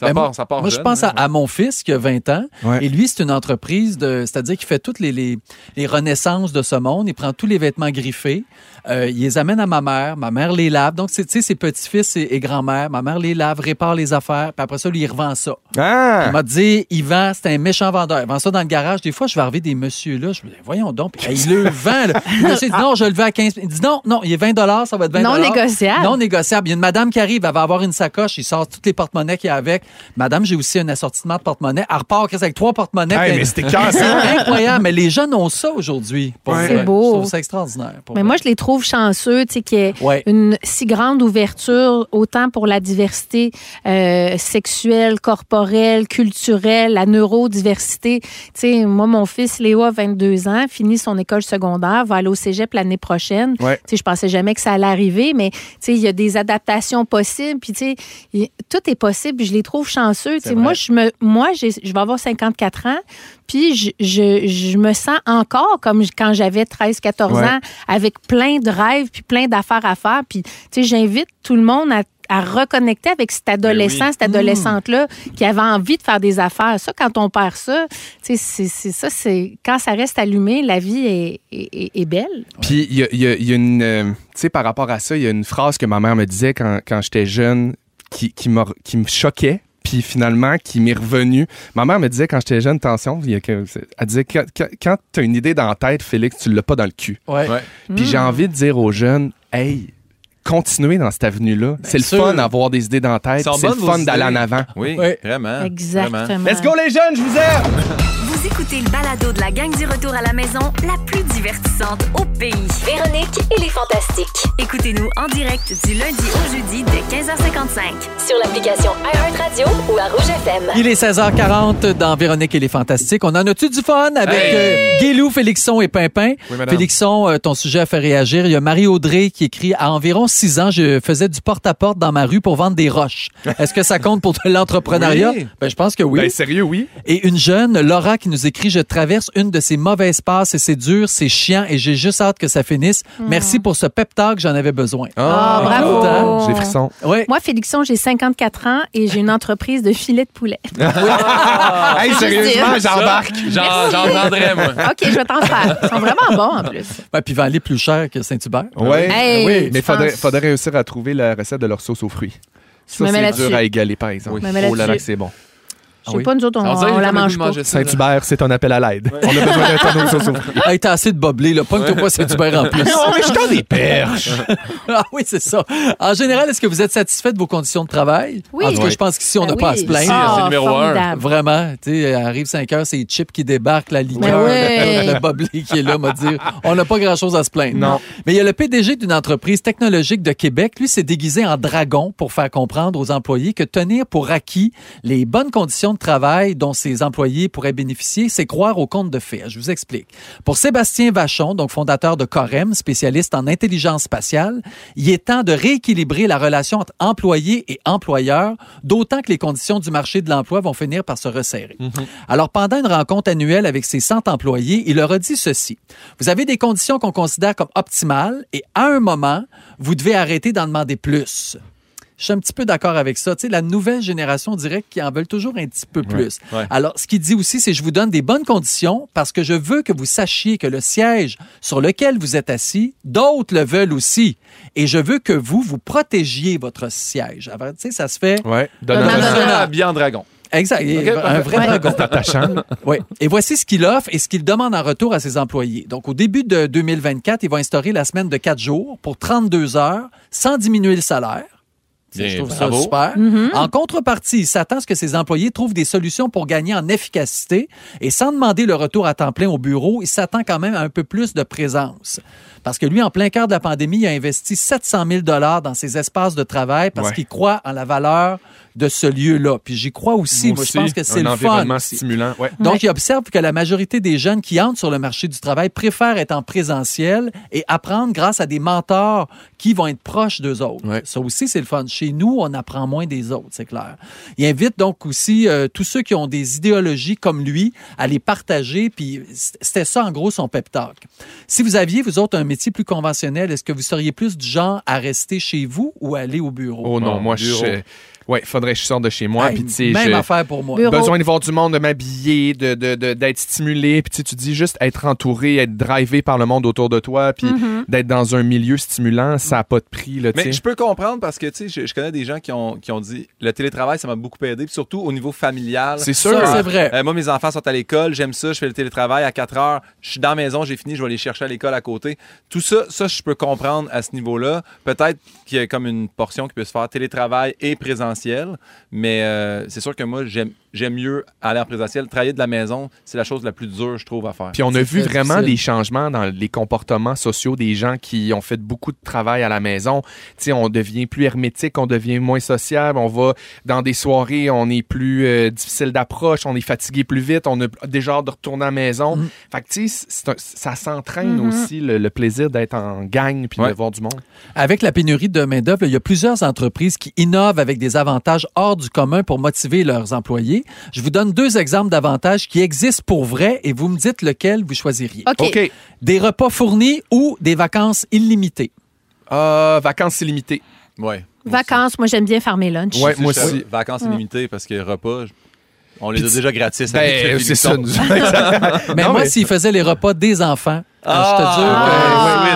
Ça
Ben,
part,
moi-
ça part
Moi, je
jeune,
pense à,
hein.
à mon fils qui a 20 ans.
Ouais.
Et lui, c'est une entreprise, de, c'est-à-dire qu'il fait toutes les, les, les renaissances de ce monde. Il prend tous les vêtements griffés. Euh, il les amène à ma mère. Ma mère les lave. Donc, c'est- tu sais, ses petits-fils et, et grand-mère, ma mère les lave, répare les affaires. Puis après ça, lui, il revend ça.
Ah!
Il *laughs* m'a dit, il vend, c'est un méchant vendeur. Il vend ça dans le garage. Des fois, je vais arriver des messieurs là. Je me dis, voyons donc. Puis, hey, il le vend, là. Le monsieur dit, non, je le vends à 15 Il dit, non, non, il est 20 ça va être 20
Non négociable.
Non négociable. Il y a une madame qui arrive, elle va avoir une sacoche, il sort toutes les porte-monnaies qu'il y avec Madame, j'ai aussi un assortiment de porte-monnaie. Elle repart Chris, avec trois porte-monnaies.
Hey,
puis- Ah,
mais
*laughs*
c'était cœur,
C'est
ça. *laughs*
incroyable. Mais les jeunes ont ça aujourd'hui. pour
Ouais.
vrai.
C'est beau.
Je trouve ça extraordinaire. pour
Mais
vrai.
moi, je les trouve chanceux, tu sais, qu'il y ait
Ouais.
une si grande ouverture, autant pour la diversité euh, sexuelle, corporelle, culturelle, la neurodiversité. Tu sais, moi, mon fils Léo a 22 ans, finit son école secondaire, va aller au cégep l'année prochaine.
Ouais.
Tu sais, je pensais jamais que ça allait arriver, mais tu sais, il y a des adaptations possibles. Puis, tu sais, il- tout est possible. puis Je les trouve chanceux. Tu sais, moi, je me, moi, j'ai- je vais avoir 54 ans. Puis, je, je, je me sens encore comme quand j'avais 13, 14
Ouais.
ans, avec plein de rêves, puis plein d'affaires à faire. Puis, tu sais, j'invite tout le monde à à reconnecter avec cet adolescent, cette
Mm.
adolescente-là qui avait envie de faire des affaires. Ça, quand on perd ça, tu sais, c'est c'est ça, c'est quand ça reste allumé, la vie est, est- est- est belle.
Puis il y a, il y a- il y a une. euh, tu sais, par rapport à ça, il y a une phrase que ma mère me disait quand, quand j'étais jeune qui, qui, m'a- qui me choquait. Puis finalement, qui m'est revenue. Ma mère me disait quand j'étais jeune, tension, il y a que- elle disait quand, quand- quand t'as une idée dans la tête, Félix, tu l'as pas dans le cul.
Ouais.
Ouais.
Puis j'ai envie de dire aux jeunes, hey, continuez dans cette avenue-là. c'est le
sûr.
fun d'avoir des idées dans la tête.
Ils sont
puis C'est le
bonnes, vos
fun d'aller en
idées.
avant.
Oui,
Ouais.
Ah, vraiment.
Exactement.
vraiment.
Let's go les jeunes, je vous aime!
Vous écoutez le balado de la gang du retour à la maison, la plus divertissante au pays.
Véronique et les Fantastiques.
Écoutez-nous en direct du lundi au jeudi dès 15h55.
Sur l'application iHeartRadio ou à Rouge FM.
Il est 16h40 dans Véronique et les Fantastiques. On en a-tu du fun avec euh, Guilou, Félixon et Pimpin?
Oui, madame.
Félixon, euh, ton sujet a fait réagir. Il y a Marie-Audrey qui écrit « À environ 6 ans, je faisais du porte-à-porte dans ma rue pour vendre des roches. Est-ce que ça compte pour de l'entrepreneuriat?
Oui.
Ben, je pense que oui.
Ben, sérieux, oui.
Et une jeune, Laura, qui nous écrit Je traverse une de ces mauvaises passes et c'est dur, c'est chiant et j'ai juste hâte que ça finisse. Merci pour ce pep talk, j'en avais besoin.
Hmm. Ah, bravo!
Écoute,
J'ai des frissons.
hein? Ouais.
Moi, Félixon, j'ai 54 ans et j'ai une entreprise de filet de poulet.
hey, sérieusement, j'embarque.
J'en j'en vendrais, moi.
OK, je vais t'en faire. Ils sont vraiment bons en plus.
Ouais, Ben, puis vendez plus cher que Saint-Hubert.
Ouais. Ben
Hey,
oui, mais
tu penses-
faudrait, faudrait réussir à trouver la recette de leur sauce aux fruits. Ça,
me mets
c'est
là-dessus.
dur à égaler, par exemple.
Je me mets
Oh là là,
là-dessus.
que c'est bon.
Je
Ah
sais
oui.
pas, nous autres, on,
On dirait que
on
j'ai
la
jamais
mange
voulu
pas.
manger ça, là.
Saint-Hubert, c'est un appel à l'aide. On a besoin d'un tonneau de sauce aux fruits.
*laughs* Hey, t'as assez de boblé, là. Pogne-toi pas Saint-Hubert en plus.
Non, Ah, mais je t'en des perches.
*laughs* ah oui, c'est ça. En général, est-ce que vous êtes satisfait de vos conditions de travail?
Oui.
En tout cas,
Oui.
Ah,
je pense qu'ici, on n'a
Ben
pas à
oui.
se plaindre.
Ah, c'est numéro un.
formidable.
Vraiment, tu sais, arrive 5 heures, c'est Chip qui débarque, la liqueur,
Ben oui.
*laughs* le boblé qui est là, m'a dire, on n'a pas grand-chose à se plaindre.
Non.
Mais il y a le PDG d'une entreprise technologique de Québec, lui s'est déguisé en dragon pour faire comprendre aux employés que tenir pour acquis les bonnes conditions de travail dont ses employés pourraient bénéficier, c'est croire au compte de fait. Je vous explique. Pour Sébastien Vachon, donc fondateur de Corem, spécialiste en intelligence spatiale, il est temps de rééquilibrer la relation entre employés et employeurs, d'autant que les conditions du marché de l'emploi vont finir par se resserrer. Alors, pendant une rencontre annuelle avec ses 100 employés, il leur a dit ceci. Vous avez des conditions qu'on considère comme optimales et à un moment, vous devez arrêter d'en demander plus. Je suis un petit peu d'accord avec ça. Tu sais, la nouvelle génération dirait qu'ils en veulent toujours un petit peu plus.
ouais.
Alors, ce qu'il dit aussi, c'est je vous donne des bonnes conditions parce que je veux que vous sachiez que le siège sur lequel vous êtes assis, d'autres le veulent aussi. Et je veux que vous, vous protégiez votre siège. Alors, tu sais, ça se fait...
Ouais,
Non, non,
donnant.
non, non.
Habillé en dragon.
Exact. un vrai
Ouais.
dragon.
Attachant.
*laughs* Oui. Et voici ce qu'il offre et ce qu'il demande en retour à ses employés. Donc, au début de 2024, il va instaurer la semaine de 4 jours pour 32 heures sans diminuer le salaire.
Bien,
je trouve
bravo.
ça super. En contrepartie, il s'attend à ce que ses employés trouvent des solutions pour gagner en efficacité et sans demander le retour à temps plein au bureau, il s'attend quand même à un peu plus de présence. Parce que lui, en plein cœur de la pandémie, il a investi 700 000 dans ses espaces de travail parce
Ouais.
qu'il croit en la valeur de ce lieu-là. Puis j'y crois aussi. Moi, je pense que c'est
un
le fun.
environnement stimulant. Ouais.
Donc,
Ouais.
il observe que la majorité des jeunes qui entrent sur le marché du travail préfèrent être en présentiel et apprendre grâce à des mentors qui vont être proches d'eux autres.
Ouais.
Ça aussi, c'est le fun. Chez nous, on apprend moins des autres, c'est clair. Il invite donc aussi euh, tous ceux qui ont des idéologies comme lui à les partager. Puis c- c'était ça, en gros, son pep talk. Si vous aviez, vous autres, un métier plus conventionnel, est-ce que vous seriez plus du genre à rester chez vous ou à aller au bureau?
Oh non,
Bon,
moi, je.
bureau.
Ouais, faudrait que je sorte de chez moi.
Hey,
Puis, tu sais,
même
je-
affaire pour moi.
Bureau.
besoin de voir du monde, de m'habiller, de, de- de- d'être stimulé. Puis tu sais, tu dis juste être entouré, être drivé par le monde autour de toi, puis d'être dans un milieu stimulant, ça n'a pas de prix. Là, tu
Mais
sais.
je peux comprendre parce que, tu sais, je, je connais des gens qui ont, qui ont dit le télétravail, ça m'a beaucoup aidé, puis surtout au niveau familial.
C'est sûr.
Ça, c'est vrai.
Euh, moi, mes enfants sont à l'école, j'aime ça, je fais le télétravail à 4 heures, je suis dans la maison, j'ai fini, je vais les chercher à l'école à côté. Tout ça, ça, je peux comprendre à ce niveau-là. Peut-être qu'il y a comme une portion qui peut se faire télétravail et présentiel, mais euh, c'est sûr que moi, j'aime j'aime mieux aller en présentiel. Travailler de la maison, c'est la chose la plus dure, je trouve, à faire.
Ah, Puis on a
C'est
vu
très
vraiment
difficile.
des changements dans les comportements sociaux des gens qui ont fait beaucoup de travail à la maison. Tu sais, on devient plus hermétique, on devient moins sociable, on va dans des soirées, on est plus euh, difficile d'approche, on est fatigué plus vite, on a déjà hâte de retourner à la maison.
Mhm.
Fait que tu sais, c'est un- ça s'entraîne
Mhm.
aussi le, le plaisir d'être en gang puis
Ouais.
de voir du monde.
Avec la pénurie de main-d'œuvre, il y a plusieurs entreprises qui innovent avec des avantages hors du commun pour motiver leurs employés. Je vous donne deux exemples d'avantages qui existent pour vrai et vous me dites lequel vous choisiriez.
OK.
OK.
Des repas fournis ou des vacances illimitées.
Euh, vacances illimitées.
Ouais.
Vacances, moi, j'aime bien faire mes lunchs.
Ouais, moi
Moi aussi.
aussi.
Vacances illimitées parce que repas, je- on les a
Puis-
déjà gratis. avec
Ben,
le
c'est ça.
Billiton.
*laughs*
Mais
Non,
moi,
mais-
s'ils faisaient les repas des enfants,
Ah,
euh, je te
ouais,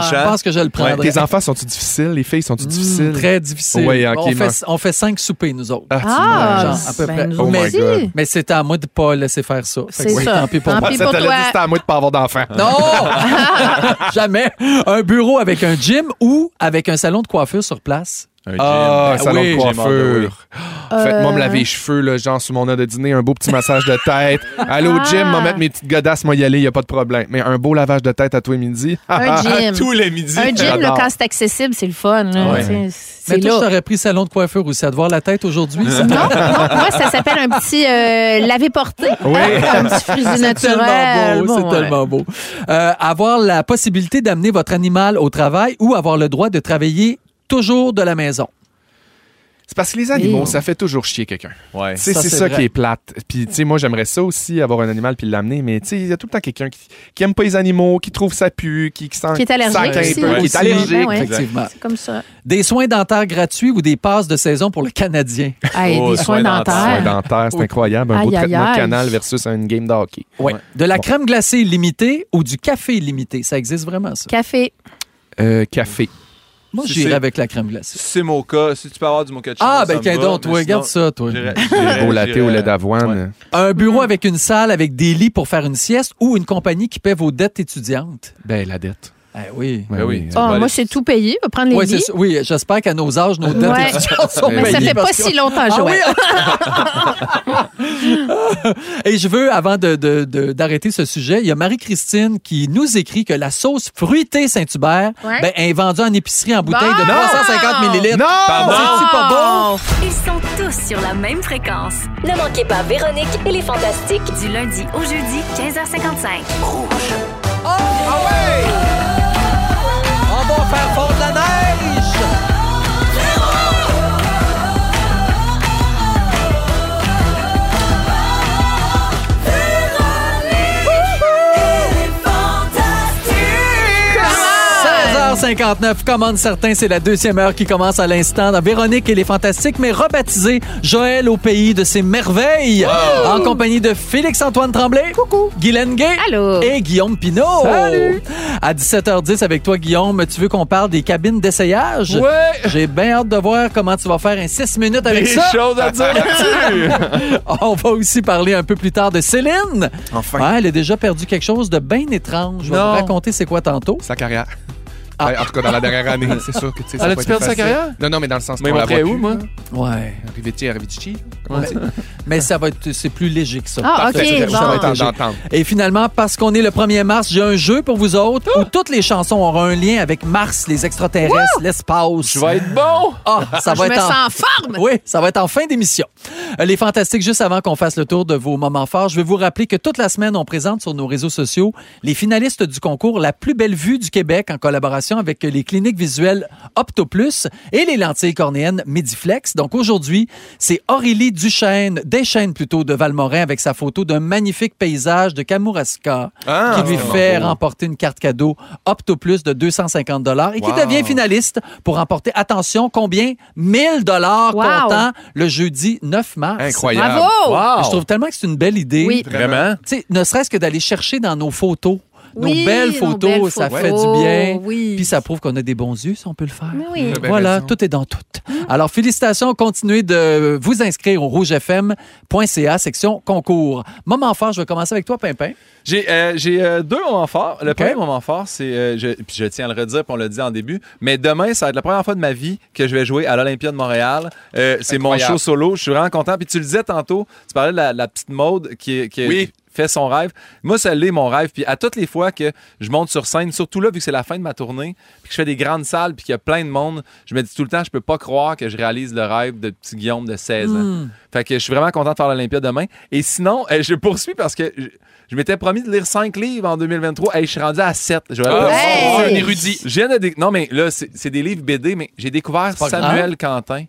jure que
ouais,
je pense que je le prendrais.
Tes enfants sont-ils difficiles? Les filles sont-ils
Mm,
difficiles?
Très difficile.
Ouais, ok,
on,
mais-
fait, on fait cinq soupers, nous autres.
Ah, tu
Ah,
Genre, à peu
ben,
près.
nous
Oh my
aussi.
God.
Mais c'est à moi de pas laisser faire ça. Fait que
C'est ça.
Tant pis pour
Tant
moi.
pis.
Ah, Ça te
pour
l'a dit,
toi.
c'était à moi de pas avoir d'enfants.
Hein? Non! *laughs* Jamais! Un bureau avec un gym ou avec un salon de coiffure sur place.
Un gym.
Ah,
Ben
salon
oui,
de
j'ai mangé,
*gasps*
oui.
coiffure.
Euh.
Faites-moi me laver les cheveux, là, genre sur mon heure de dîner, un beau petit massage de
*laughs*
tête. Aller au
Ah.
gym, m'en mettre mes petites godasses, moi y aller, y a pas de problème. Mais un beau lavage de tête à toi et *laughs* midi.
Un gym.
Tous les midis.
Un gym, là,
J'adore.
quand c'est accessible, c'est le fun. là.
Ouais.
Tu sais,
Mais
C'est
toi,
là.
je t'aurais pris salon de coiffure ou ça te voir la tête aujourd'hui. ça?
Non, non, moi, ça s'appelle un petit euh, laver-porter.
Oui.
Un petit frisé
*laughs* C'est
naturel.
tellement beau,
Bon,
c'est
ouais.
tellement beau. Euh, avoir la possibilité d'amener votre animal au travail ou avoir le droit de travailler toujours de la maison.
C'est parce que les animaux,
Oui.
ça fait toujours chier quelqu'un.
Ouais.
Tu sais,
Ça,
c'est
c'est
ça
vrai.
qui est plate. Puis, tu sais, moi, j'aimerais ça aussi, avoir un animal puis l'amener, mais tu sais, il y a tout le temps quelqu'un qui, qui aime pas les animaux, qui trouve ça pue, qui, qui sent.
Qui est allergique
sac un
aussi,
peu,
ouais.
qui est
Aussi.
allergique.
Ben ouais.
Effectivement.
C'est comme ça.
Des soins dentaires gratuits ou des passes de saison pour le Canadien.
Hey,
Oh,
des soins
soins
Soins
dentaires.
dentaires, c'est
Oui.
incroyable. Un beau
Aïe, aïe,
traitement de
aïe.
canal versus une game de hockey.
Ouais. De la
Bon.
crème glacée illimitée ou du café illimité. Ça existe vraiment, ça.
Café.
Euh, café.
Moi,
Si
j'irais
c'est-
avec la crème
Si
glacée.
c'est mocha, si tu peux avoir du mocha
Ah, ben, qu'un don, toi, regarde ça, toi.
*laughs* Au latte au lait d'avoine.
Un bureau avec une salle avec des lits pour faire une sieste ou une compagnie qui paie vos dettes étudiantes.
Ben, la dette.
Eh oui.
Ben oui.
Ah,
On va
moi,
aller-
c'est tout payé. On va prendre les
Ouais, c'est
lits.
ça. Oui, j'espère qu'à nos âges, nos dettes
Ouais.
étudiantes
*laughs*
sont
Mais ça
payées
fait pas
parce que-
si longtemps,
Ah oui,
Joël.
*laughs* Et je veux, avant de- de- de- d'arrêter ce sujet, il y a Marie-Christine qui nous écrit que la sauce fruitée Saint-Hubert
Ouais.
ben, est vendue en épicerie en bouteille de
Bon!
350 millilitres.
Non!
ah, C'est-tu pas bon?
Ah!
Ils sont tous sur la même fréquence.
Ne manquez pas Véronique et les Fantastiques.
Du lundi au jeudi, 15h55.
On va faire fondre la neige! Fantastique! 16h59 commande certains, c'est la deuxième heure qui commence à l'instant dans Véronique et les Fantastiques, mais rebaptisé Joël au pays de ses merveilles, en compagnie de Félix-Antoine Tremblay, Coucou. Guylaine Gay
Allô.
et Guillaume Pinault.
Salut.
À 17h10 avec toi, Guillaume, tu veux qu'on parle des cabines d'essayage?
Ouais!
J'ai bien hâte de voir comment tu vas faire un 6 minutes avec
Des
ça.
choses à dire là-dessus.
*laughs* On va aussi parler un peu plus tard de Céline.
Enfin.
Ouais, elle a déjà perdu quelque chose de bien étrange. Je vais
Non.
vous raconter c'est quoi tantôt.
Sa carrière.
Ah.
Ouais, en tout cas, dans la dernière *laughs* année, c'est sûr que tu sais. ça
Elle
va
a-tu
être
perdu sa
facile.
carrière?
Non, non, mais dans le sens
Mais
qu'on la
après
voit
où,
plus,
moi?
là.
Ouais.
Arriveti, arriveti.
Mais ça va être c'est plus léger que ça.
Ah, OK.
Ça va
Bon.
être en d'entendre.
Et finalement, parce qu'on est le 1er mars, j'ai un jeu pour vous autres où toutes les chansons auront un lien avec Mars, les extraterrestres, l'espace.
Je vais être bon.
Ah, ça
Je
va
me
être en-
sens en forme.
Oui, ça va être en fin d'émission. Euh, Les Fantastiques, juste avant qu'on fasse le tour de vos moments forts, je vais vous rappeler que toute la semaine, on présente sur nos réseaux sociaux les finalistes du concours La plus belle vue du Québec en collaboration avec les cliniques visuelles Optoplus et les lentilles cornéennes Mediflex. Donc aujourd'hui, c'est Aurélie Duchesne, Deschênes plutôt, de Valmorin avec sa photo d'un magnifique paysage de Kamouraska
Ah,
qui lui
c'est
fait
beau.
remporter une carte cadeau Optoplus de 250 dollars et qui
Wow.
devient finaliste pour remporter, attention, combien? 1000 dollars
Wow.
comptant le jeudi 9 mars.
Incroyable.
Bravo.
Wow.
Je trouve tellement que c'est une belle idée.
Oui.
Vraiment?
Tu sais, ne serait-ce que d'aller chercher dans nos photos,
Oui,
nos belles
nos
photos,
belles
ça
photos.
fait du bien.
Oui.
Puis ça prouve qu'on a des bons yeux si on peut le faire.
Oui.
Très bien
Voilà,
raison.
tout est dans tout. Alors, félicitations. Continuez de vous inscrire au rougefm.ca, section concours. Moment fort, je vais commencer avec toi, Pimpin.
J'ai euh, j'ai, euh, deux moments forts. Le
OK.
premier moment fort, c'est, euh, je, puis je tiens à le redire, puis on l'a dit en début, mais demain, ça va être la première fois de ma vie que je vais jouer à l'Olympia de Montréal. Euh, c'est mon
Incroyable.
show solo. Je suis vraiment content. Puis tu le disais tantôt, tu parlais de la, la petite mode qui, est- qui est-
Oui.
fait son rêve. Moi, ça l'est mon rêve. Puis à toutes les fois que je monte sur scène, surtout là, vu que c'est la fin de ma tournée, puis que je fais des grandes salles, puis qu'il y a plein de monde, je me dis tout le temps, je peux pas croire que je réalise le rêve de petit Guillaume de 16 ans. Fait que je suis vraiment content de faire l'Olympia demain. Et sinon, euh, je poursuis parce que je, je m'étais promis de lire 5 livres en 2023. Hey, je suis rendu à 7. Je vais
Ah,
aller-
c'est
Hey!
un érudit.
Je viens de dé- Non, mais là, c'est c'est des livres BD, mais j'ai découvert
pas
Samuel Quentin.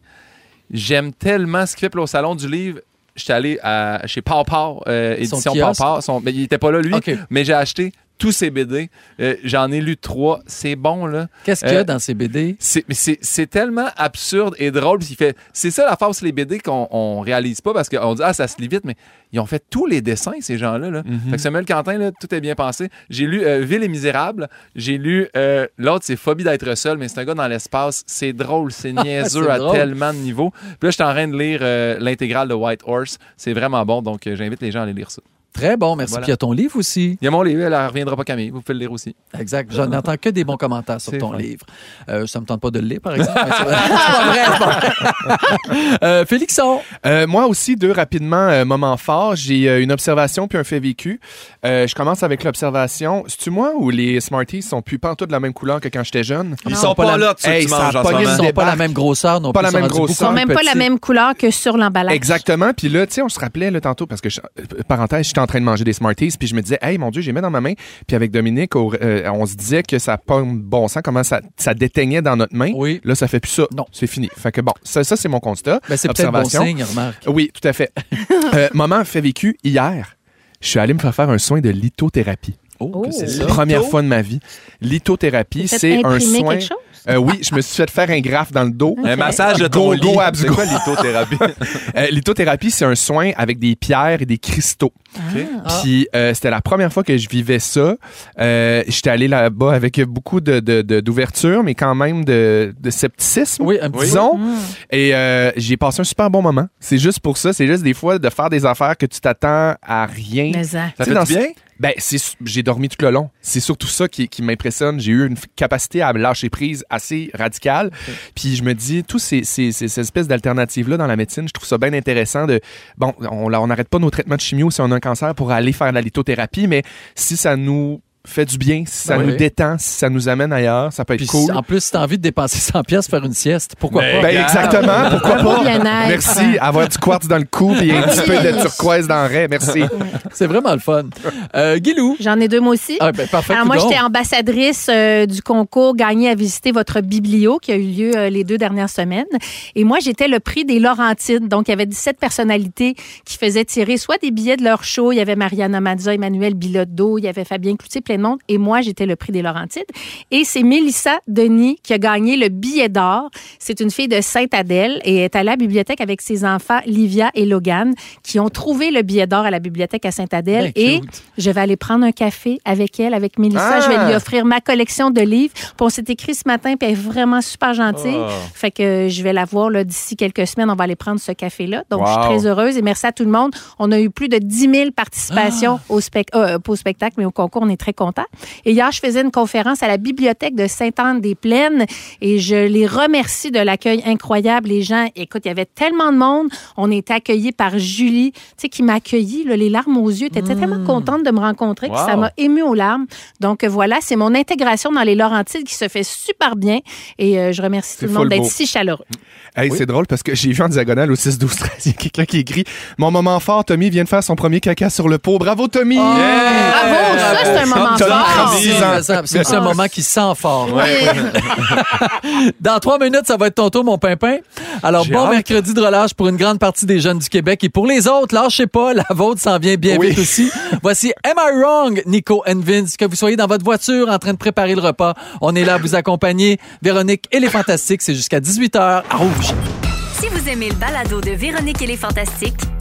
J'aime tellement ce qu'il fait. Puis là, au salon du livre, j'étais allé à, chez Pau Pau, euh, édition Pau
kiosque.
Pau. Son- mais il était pas là, lui.
OK.
Mais j'ai acheté tous ses BD. Euh, J'en ai lu trois. C'est bon, là.
Qu'est-ce qu'il y a
Euh,
dans ces BD?
C'est- mais C'est c'est tellement absurde et drôle. Puis il fait, c'est ça la force les BD qu'on on réalise pas parce qu'on dit ah ça se lit vite, mais ils ont fait tous les dessins ces gens-là. Là. Fait que Samuel Quentin, là, tout est bien pensé. J'ai lu euh, Ville et Misérable. J'ai lu euh, l'autre c'est Phobie d'être seul, mais c'est un gars dans l'espace. C'est drôle, *laughs* c'est niaiseux
C'est
à
drôle.
tellement de niveaux. Puis là, je suis en train de lire euh, l'intégrale de White Horse. C'est vraiment bon, donc euh, j'invite les gens à aller lire ça.
Très bon, merci.
Voilà.
Puis il y a ton livre aussi.
Il y a mon livre, elle elle reviendra pas Camille. Vous pouvez le lire aussi.
Exact. Je n'entends que des bons commentaires sur
C'est
ton
fin.
livre. Euh, ça me tente pas de le lire, par exemple. Mais c'est vrai. C'est pas vrai, c'est pas vrai. Euh, Félixon,
Euh, moi aussi, deux rapidement, euh, moments forts. J'ai euh, une observation puis un fait vécu. Euh, je commence avec l'observation. C'est-tu moi ou les Smarties sont plus pantoute de la même couleur que quand j'étais jeune?
Ils
Non.
sont
pas la-
pas là, tu,
Hey,
tu
ça a
manges en ce
pogné
moment.
ils
le
sont pas
débarque.
la même grosseur non
Pas
plus,
la
ils sont
même
rendus beaucoup
Ils sont
grosseur,
plus
même pas la
petits.
même couleur que sur l'emballage.
Exactement. Puis là, tu sais, on se rappelait là, tantôt, parce que, je- euh, parenthèse, j'étais en train de manger des Smarties, puis je me disais, hey, mon Dieu, j'ai mis dans ma main. Puis avec Dominique, au- euh, on se disait que ça pomme bon sang, comment ça, ça déteignait dans notre main.
Oui.
Là, ça fait plus ça.
Non.
C'est fini. Fait que bon, ça, ça c'est mon constat.
Ben, c'est peut-être bon
Observation.
signe, remarque.
Oui, tout à
*laughs*
fait. Euh, moment fait vécu, hier, je suis allé me faire faire un soin de lithothérapie.
Oh, que c'est ça.
Première fois de ma vie. Lithothérapie,
Peut-être
c'est un
imprimer
soin.
quelque chose? Ah.
Euh, oui, je me suis fait faire un graft dans le dos.
Un massage de ton
Go, go,
lit.
abs,
C'est
go.
quoi lithothérapie?
Euh, lithothérapie, c'est un soin avec des pierres et des cristaux.
Ah.
Puis euh, c'était la première fois que je vivais ça. Euh, J'étais allé là-bas avec beaucoup de- de- de- d'ouverture, mais quand même de, de scepticisme.
Oui, un petit
Disons, et euh, j'ai passé un super bon moment. C'est juste pour ça, c'est juste des fois de faire des affaires que tu t'attends à rien.
Mais ça.
Ça
Tu sais, dans
fait
ce-
bien?
Ben, c'est su- j'ai dormi tout le long. C'est surtout ça qui, qui m'impressionne. J'ai eu une f- capacité à me lâcher prise assez radicale. Puis je me dis, tous ces, ces, ces, ces espèces d'alternatives-là dans la médecine, je trouve ça bien intéressant de... Bon, on on n'arrête pas nos traitements de chimio si on a un cancer pour aller faire de la lithothérapie, mais si ça nous fait du bien, si ça
Ben
nous
oui.
détend, si ça nous amène ailleurs, ça peut être
Puis
cool.
En plus, si t'as envie de dépenser 100 pièces faire une sieste, pourquoi
Ben,
pas?
Ben exactement, pourquoi pas?
Millionnaire.
Merci, avoir du quartz dans le cou et un petit peu de turquoise dans le raie, merci.
C'est vraiment le fun. Euh, Guilou.
J'en ai deux mots aussi.
Ah, ben, parfait.
Alors moi,
coudonc.
j'étais ambassadrice euh, du concours Gagner à visiter votre biblio qui a eu lieu euh, les deux dernières semaines. Et moi, j'étais le prix des Laurentides. Donc, il y avait 17 personnalités qui faisaient tirer soit des billets de leur show. Il y avait Mariana Mazza, Emmanuel Bilodeau, il y avait Fabien Cloutier, plein de monde. Et moi, j'étais le prix des Laurentides. Et c'est Mélissa Denis qui a gagné le billet d'or. C'est une fille de Sainte-Adèle et est allée à la bibliothèque avec ses enfants Livia et Logan qui ont trouvé le billet d'or à la bibliothèque à Sainte-Adèle.
Ben,
Et
cute.
je vais aller prendre un café avec elle, avec Mélissa.
Ah!
Je vais lui offrir ma collection de livres. Puis on s'est écrit ce matin, puis elle est vraiment super gentille.
Ah!
Oh.
Fait que je vais la voir là, d'ici quelques semaines. On va aller prendre ce café-là. Donc, je suis
Wow.
très heureuse et merci à tout le monde. On a eu plus de 10 000 participations au, spec- euh, pas au spectacle, mais au concours. On est très contents. Et hier, je faisais une conférence à la bibliothèque de Sainte-Anne-des-Plaines et je les remercie de l'accueil incroyable. Les gens, écoute, il y avait tellement de monde. On était accueillis par Julie, tu sais, qui m'a accueilli, là, les larmes aux yeux. Elle était tellement contente de me rencontrer que ça
Wow.
m'a ému aux larmes. Donc euh, voilà, c'est mon intégration dans les Laurentides qui se fait super bien et euh, je remercie
C'est
tout le monde
full
d'être
beau.
si chaleureux.
Hey, c'est drôle parce que j'ai vu en diagonale au 6 12 13, *laughs* il y a quelqu'un qui écrit "Mon moment fort, Tommy vient de faire son premier caca sur le pot. Bravo Tommy."
Oh.
Oh! Bravo, ça c'est un moment
Tom
fort.
Cruise.
C'est ça, C'est aussi un
Ah,
moment qui sent fort. *laughs* Dans trois minutes, ça va être ton tour, mon pimpin. Alors,
J'ai
bon
hâte.
mercredi de relâche pour une grande partie des jeunes du Québec. Et pour les autres, lâchez pas, la vôtre s'en vient bien
Oui.
vite aussi. Voici Am I Wrong, Nico and Vince. Que vous soyez dans votre voiture en train de préparer le repas, on est là à vous accompagner. Véronique et les Fantastiques, c'est jusqu'à 18h à Rouge.
Si vous aimez le balado de Véronique et les Fantastiques,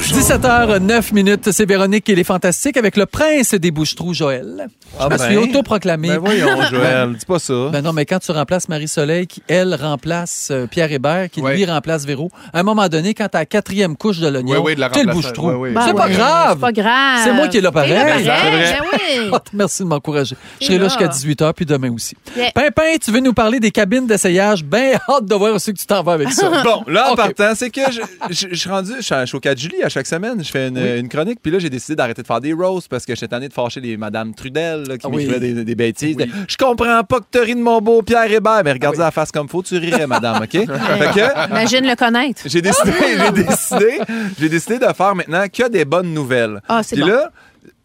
17h09 minutes, c'est Véronique et les Fantastiques avec le prince des bouches-trous, Joël. Je
Ah
me
ben.
suis autoproclamé.
*laughs*
*laughs*
Ben *laughs* voyons, Joël, dis pas ça.
Ben non, mais quand tu remplaces Marie-Soleil, qui, elle, remplace euh, Pierre Hébert, qui,
Ouais.
lui, remplace Véro, à un moment donné, quand t'as la quatrième couche de l'oignon,
Oui, oui, de la
t'es le
remplacer.
bouche-trou.
Oui, oui.
Ben
C'est pas
ouais,
grave. *laughs*
C'est pas grave.
C'est moi qui ai là pareil.
T'es là
C'est
pareil, ben oui.
Ah, merci de m'encourager. Je serai
Et
là
là.
jusqu'à 18h, puis demain aussi.
Yeah.
Pimpin, tu veux nous parler des cabines d'essayage? Ben, *laughs* hâte de voir aussi que tu t'en vas avec ça.
*laughs* Bon, là, en
Ok.
partant, c'est que je, je, je suis rendu, je suis à- je suis au 4 Julie à chaque semaine, je fais une, une chronique, puis là, j'ai décidé d'arrêter de faire des roasts parce que j'étais tanné de fâcher les Madame Trudel là, qui
Ah Oui.
m'écrivaient des, des bêtises. de, Je comprends pas que tu ris de mon beau Pierre Hébert, mais
Ah
regarde la face comme faut, tu rirais, madame, OK? fait que,
*laughs*
Imagine le connaître.
j'ai décidé, j'ai décidé, j'ai décidé de faire maintenant que des bonnes nouvelles.
Ah, c'est
Puis
bon.
là,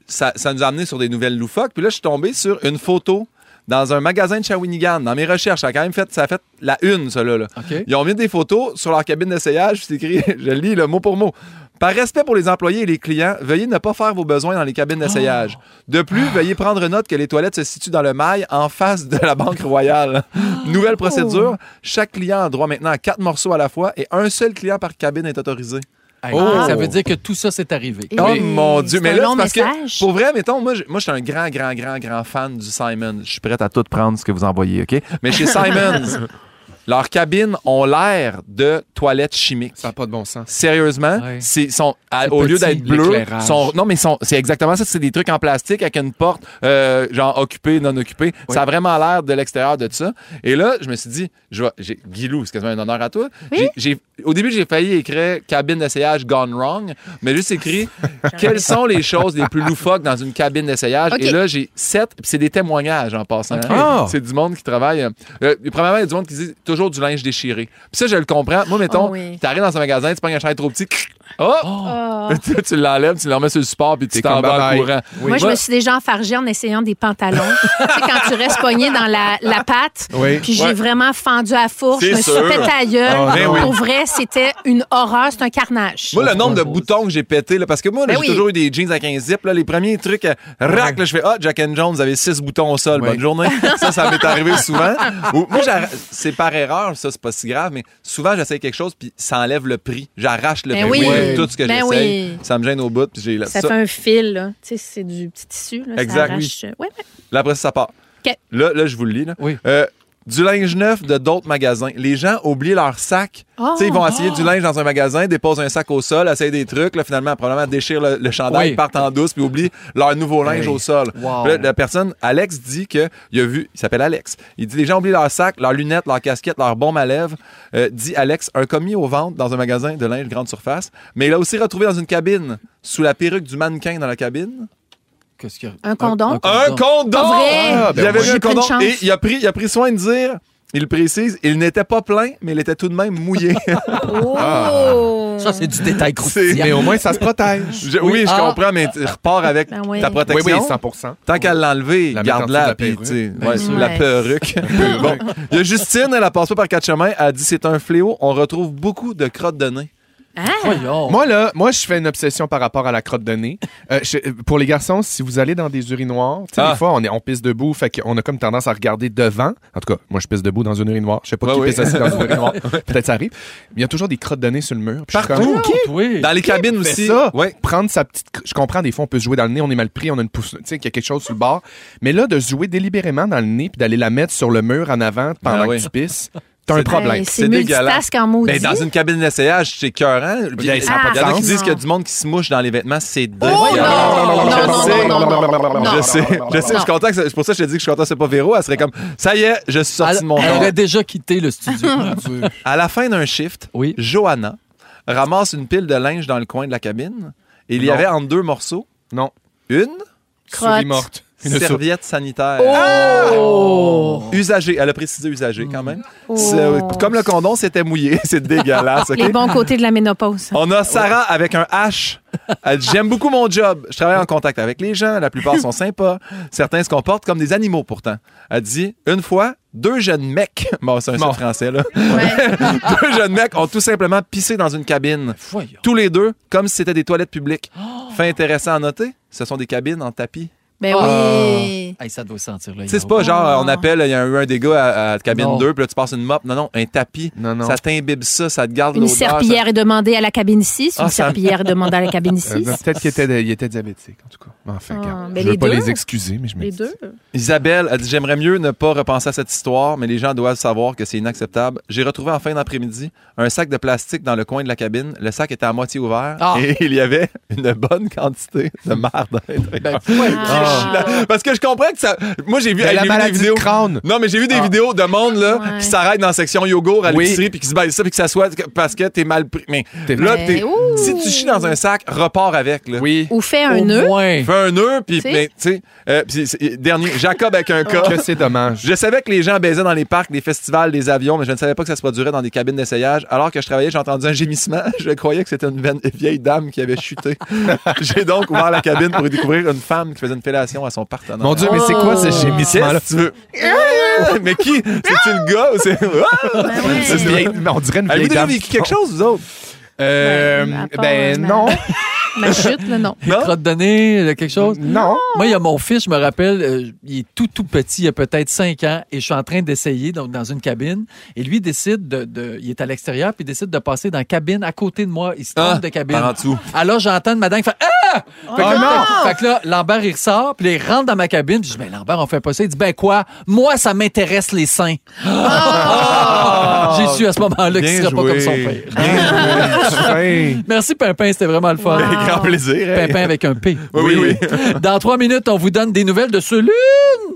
ça, ça nous a amené sur des nouvelles loufoques. Puis là, je suis tombé sur une photo dans un magasin de Shawinigan. Dans mes recherches, ça a quand même fait, ça a fait la une, cela. Là.
OK.
Ils ont mis des photos sur leur cabine d'essayage. puis C'est écrit, *laughs* je lis le mot pour mot. Par respect pour les employés et les clients, veuillez ne pas faire vos besoins dans les cabines
Ah.
d'essayage. De plus, veuillez prendre note que les toilettes se situent dans le mail en face de la
*laughs*
Banque Royale.
Ah.
Nouvelle procédure, chaque client a droit maintenant à quatre morceaux à la fois et un seul client par cabine est autorisé.
Hey,
Oh.
Ça veut dire que tout ça, c'est arrivé.
Et-
Oh
Oui.
mon Dieu,
C'est
mais
un
là,
long
c'est parce
message.
que pour vrai, mettons, moi, je- moi, je suis un grand, grand, grand, grand fan du Simon. Je suis prêt à tout prendre ce que vous envoyez, OK? Mais chez Simons, leurs cabines ont l'air de toilettes chimiques.
Ça n'a pas de bon sens.
Sérieusement,
Ouais.
c'est- sont, à-
C'est
au lieu
petit,
d'être bleus,
l'éclairage.
sont, non mais sont- c'est exactement ça. C'est des trucs en plastique avec une porte euh, genre occupée, non occupée. Ça a vraiment l'air de l'extérieur de ça. Et là, je me suis dit, je vais, j'ai, Guilou, c'est quasiment un honneur à toi. J'ai- j'ai- au début, j'ai failli écrire cabine d'essayage gone wrong, mais juste écrit quelles sont les choses les plus loufoques dans une cabine d'essayage.
Ok.
Et là, j'ai sept. puis c'est des témoignages en passant. hein.
Ah.
C'est du monde qui travaille. euh, euh, premièrement, il y a du monde qui dit toujours du linge déchiré. Puis ça, je le comprends. Moi, mettons,
Ah oui.
t'arrives dans un magasin, tu prends un chandail trop petit. Oh!
Ah.
*laughs* tu tu l'enlèves, tu le remets sur le support, puis tu
T'es
t'en
comme
vas en
bye-bye.
courant.
Moi, je me suis déjà enfargée en essayant des
*laughs*
pantalons. tu sais, quand tu restes pogné dans la, la patte,
Oui.
puis j'ai
Ouais.
vraiment fendu à fourche,
C'est
je me suis
sûr.
pété à gueule.
Ah, ben oui.
Pour vrai, c'était une horreur, c'est un carnage.
Moi, le nombre de boutons que j'ai pété, là, parce que moi,
Ben
là, j'ai
oui.
toujours eu des jeans avec un zip. Là, les premiers trucs, euh, rac, là, je fais Ah, Jack and Jones, vous avez six boutons au sol,
Ouais.
bonne journée. ça, ça
*laughs*
m'est arrivé souvent. Ou- moi, j'arr- c'est par erreur, ça, c'est pas si grave, mais souvent, j'essaye quelque chose, puis ça enlève le prix. J'arrache le
Ben
prix
oui.
de tout ce que
Ben
j'essaye.
oui.
Ça me gêne au bout, puis j'ai là,
ça,
ça.
fait un fil, là. Tu sais, c'est du petit tissu, là.
Exact.
Ça arrache. Ouais, ouais.
Là, après ça, ça part.
OK.
Là, là, je vous le lis. là.
Oui.
Euh, du linge neuf de d'autres magasins. Les gens oublient leur sac.
Oh.
Tu sais, ils vont essayer du linge dans un magasin, déposent un sac au sol, essayent des trucs. Là, finalement, probablement déchirent le, le chandail,
Oui.
partent en douce, puis oublient leur nouveau linge au sol.
Wow.
Puis là, la personne, Alex, dit que il a vu, il s'appelle Alex. Il dit les gens oublient leur sac, leurs lunettes, leurs casquettes, leurs bombes à lèvres. Euh, dit Alex, un commis aux ventes dans un magasin de linge grande surface. Mais il l'a aussi retrouvé dans une cabine, sous la perruque du mannequin dans la cabine.
Qu'est-ce qu'il y a?
Un condom?
Un condom!
Pas vrai!
Ah, ben il avait
oui.
mis un
J'ai pris
condom
une chance.
et il a, pris, il a pris soin de dire, il le précise, il n'était pas plein, mais il était tout de
*laughs*
même mouillé. Ah.
Oh!
Ça, c'est du détail
Mais
croustillant.
au moins, ça se protège.
Je- oui, je
Ah.
comprends, mais tu repars avec
Ben oui.
ta
Oui,
protection.
oui, 100
Tant qu'à l'enlever,
La mettre en
garde-la.
dessous de la
puis, tu sais,
perruque.
ouais, sous
Ouais.
La
*laughs*
perruque. bon. Il y a Justine, elle a passé pas par quatre chemins. Elle a dit c'est un fléau. On retrouve beaucoup de crottes de nez.
Ah!
Voyons.
Moi, là, moi, je fais une obsession par rapport à la crotte de nez. Euh, je- pour les garçons, si vous allez dans des urinoirs, tu sais,
Ah.
des fois, on, est, on pisse debout, fait qu'on a comme tendance à regarder devant. En tout cas, moi, je pisse debout dans une urinoir. Je sais pas
Ouais,
qui
oui.
pisse assis *laughs* dans une urinoire. Peut-être ça arrive. Mais il y a toujours des crottes de nez sur le mur. Puis je suis
Partout.
comme, Qui
Oui.
Dans les cabines
fait
aussi.
ça?
Ouais.
Prendre sa petite. cr- Je comprends, des fois, on peut se jouer dans le nez, on est mal pris, on a une pousse. Tu sais, qu'il y a quelque chose sur le bord. Mais là, de se jouer délibérément dans le nez puis d'aller la mettre sur le mur en avant pendant
Ah oui.
que tu pisses, t'as un problème.
Hey,
C'est
C'est
dégueulasse.
multitask en maudit.
Ben, dans une cabine d'essayage, c'est écœurant. Puis,
Ben, ça a
pas
il
de
y en a
sens.
qui disent qu'il y a du monde qui se mouche dans les vêtements. C'est dégueulasse.
Oh non, non,
Je
non,
sais.
non, non, non,
Je sais, je sais, je suis content. que ça- C'est pour ça que je te dis que je suis content, que c'est pas Véro. Elle serait comme, ça y est, je suis sorti
Elle,
de mon
elle
corps.
aurait déjà quitté le studio.
À la fin d'un shift,
Oui.
Johanna ramasse une pile de linge dans le coin de la cabine. Et il y
Non.
avait en deux morceaux
Non.
une
Souris
Crotte.
morte. Une souris.
serviette sanitaire.
Oh!
Ah! Usagée. Elle a précisé usagée quand même. C'est- Comme le condom, c'était mouillé. *laughs* C'est dégueulasse. OK? Oh.
Les bons côtés de la ménopause.
On a Sarah avec un H. Elle dit J'aime beaucoup mon job. Je travaille en contact avec les gens. La plupart sont sympas. Certains se comportent comme des animaux pourtant. Elle dit Une fois, deux jeunes mecs, *laughs* bon, c'est un
Bon.
seul français là, *laughs* deux jeunes mecs ont tout simplement pissé dans une cabine.
Voyons.
Tous les deux, comme si c'était des toilettes publiques. Fait intéressant à noter ce sont des cabines en tapis.
Ben oui.
Hey, ça doit sentir là.
Tu sais, c'est pas genre, euh, on appelle, il y a eu un dégât à, à cabine
Non.
2, puis là, tu passes une mop. Non, non, un tapis.
Non, non.
Ça t'imbibe ça, ça te garde
Une
l'odeur. ça-
serpillière est demandée à la cabine 6. Une
Ah, ça-
serpillière est demandée à la
*laughs*
cabine
Euh,
6.
non, Peut-être qu'il était, il était diabétique, en tout cas. Enfin,
Ah,
regarde.
mais
je veux
les
pas
deux.
les excuser, mais je me
Les
dis-
deux.
Isabelle a dit J'aimerais mieux ne pas repenser à cette histoire, mais les gens doivent savoir que c'est inacceptable. J'ai retrouvé en fin d'après-midi un sac de plastique dans le coin de la cabine. Le sac était à moitié ouvert
Ah.
et il y avait une bonne quantité de marde. à l'intérieur.
Ah.
Parce que je comprends que ça. Moi, j'ai vu,
Ben,
hey,
la
j'ai vu des
maladie Ah. de
vidéos.
crâne. Ah.
Non, mais j'ai vu des vidéos de monde là,
Ouais.
qui s'arrête dans la section yogourt à
Oui.
l'épicerie puis qui se baisse ça puis que ça soit parce que t'es mal pris. Mais
T'es-
là,
Mais
t'es-
ouh.
si tu chies dans un sac, repars avec. Là.
Oui.
Ou fait Ah. un nœud.
Fais un nœud, puis
T'sais.
mais, tu sais, euh, puis c'est- dernier, Jacob avec un cas.
Que c'est dommage.
Je savais que les gens baisaient dans les parcs, les festivals, les avions, mais je ne savais pas que ça se produirait dans des cabines d'essayage. Alors que je travaillais, j'ai entendu un gémissement. *laughs* Je croyais que c'était une veine- vieille dame qui
*laughs*
avait chuté. j'ai donc ouvert la cabine pour y découvrir une femme qui faisait une fellation à son partenaire.
Mon Dieu, mais c'est quoi
Oh.
ce gémissement-là?
si tu veux.
*laughs*
mais qui? C'est-tu le gars ou c'est. Ah!
C'est une vieille- On dirait une
Avez-vous
vieille
déjà
dame.
vécu quelque chose, vous autres?
Euh,
Ben, à part,
ben
euh,
non.
Ma chute, là, *laughs* non.
Non?
Crotte de nez, euh, quelque chose.
*laughs*
Non.
Moi, il y a mon fils, je me rappelle, euh, il est tout, tout petit, il a peut-être 5 ans, et je suis en train d'essayer donc, dans une cabine. Et lui, il décide de, de- Il est à l'extérieur, puis il décide de passer dans la cabine à côté de moi. Il se trompe
Ah,
de cabine.
par en dessous.
Alors, j'entends une madame qui fait Ah! Fait que,
Oh
là, fait- fait que là, Lambert, il ressort, puis là, il rentre dans ma cabine. puis Je dis Ben, Lambert, on fait pas ça. Il dit Ben, quoi? Moi, ça m'intéresse les seins. *laughs* J'ai su à ce moment-là qu'il
Bien
serait pas
joué.
comme son père.
Hey.
Merci, Pimpin, c'était vraiment le fun.
Wow.
Grand plaisir.
hein?
hey.
Pimpin avec un P.
Oui, oui.
*laughs* Dans trois minutes, on vous donne des nouvelles de Céline.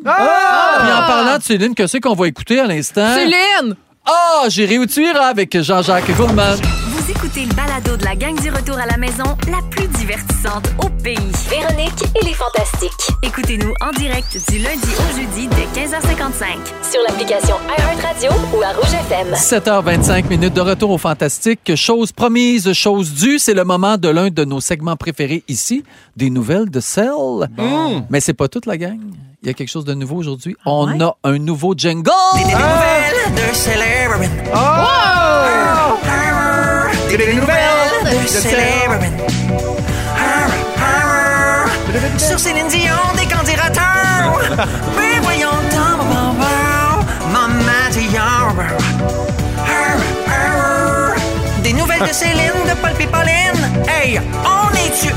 Puis en parlant de Céline, que c'est qu'on va écouter à l'instant?
Ah! Céline!
Ah, j'irai où tu iras avec Jean-Jacques Gourmand.
Vous écoutez le balado de la gang du retour à la maison, la plus divertissante au pays.
Véronique et les Fantastiques.
Écoutez-nous en direct du lundi au jeudi dès 15h55.
Sur l'application iHeartRadio ou à Rouge FM.
7h25 minutes de retour au Fantastique. Chose promise, chose due, c'est le moment de l'un de nos segments préférés ici, des nouvelles de Cell. Mais c'est pas toute la gang. Il y a quelque chose de nouveau aujourd'hui.
Ah
On a un nouveau
*laughs*
jingle.
de Celebrant. Oh! Des nouvelles de Celebrant. Sur Céline Dion, des candidateurs. Mais voyons donc, bon, bon, Maman Dion. Des nouvelles de Céline, de Paul Pipolin. Hey, on est-tu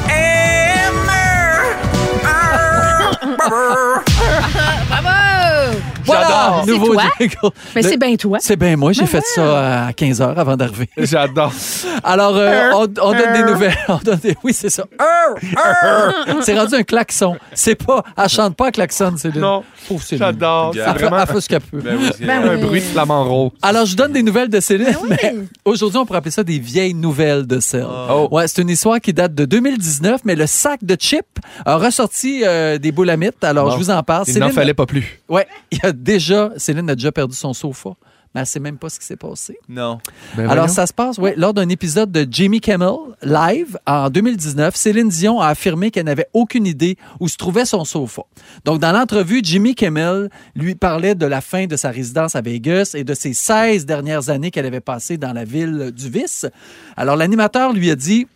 aimé?
Bravo!
Voilà,
C'est
nouveau
toi?
jingle.
Mais
Le-
c'est bien Ben toi.
C'est bien moi, j'ai fait ça à 15 h avant d'arriver.
*laughs* J'adore.
Alors, euh, on, on donne des nouvelles. *laughs* On donne des- Oui, c'est ça. Arr, arr. C'est rendu un klaxon. C'est pas, elle chante pas à klaxon, Céline.
Non.
Pauvre Céline.
J'adore.
C'est
Elle fait,
vraiment
elle fait ce qu'elle peut.
Ben oui, c'est-
Ben
Oh, un
oui.
bruit de flamand rose.
Alors, je vous donne des nouvelles de Céline,
oui.
mais aujourd'hui, on pourrait appeler ça des vieilles nouvelles de Céline.
Ah. Oh.
Ouais, c'est une histoire qui date de 2019, mais le sac de chips a ressorti euh, des boulamites. Alors,
Bon.
je vous en parle.
Il n'en fallait pas plus.
ouais, il y a déjà, Céline a déjà perdu son sofa, mais elle sait même pas ce qui s'est passé.
Non.
Ben
Alors,
voyons.
ça se passe ouais, lors d'un épisode de Jimmy Kimmel Live en 2019. Céline Dion a affirmé qu'elle n'avait aucune idée où se trouvait son sofa. Donc, dans l'entrevue, Jimmy Kimmel lui parlait de la fin de sa résidence à Vegas et de ses 16 dernières années qu'elle avait passées dans la ville du vice. Alors, l'animateur lui a dit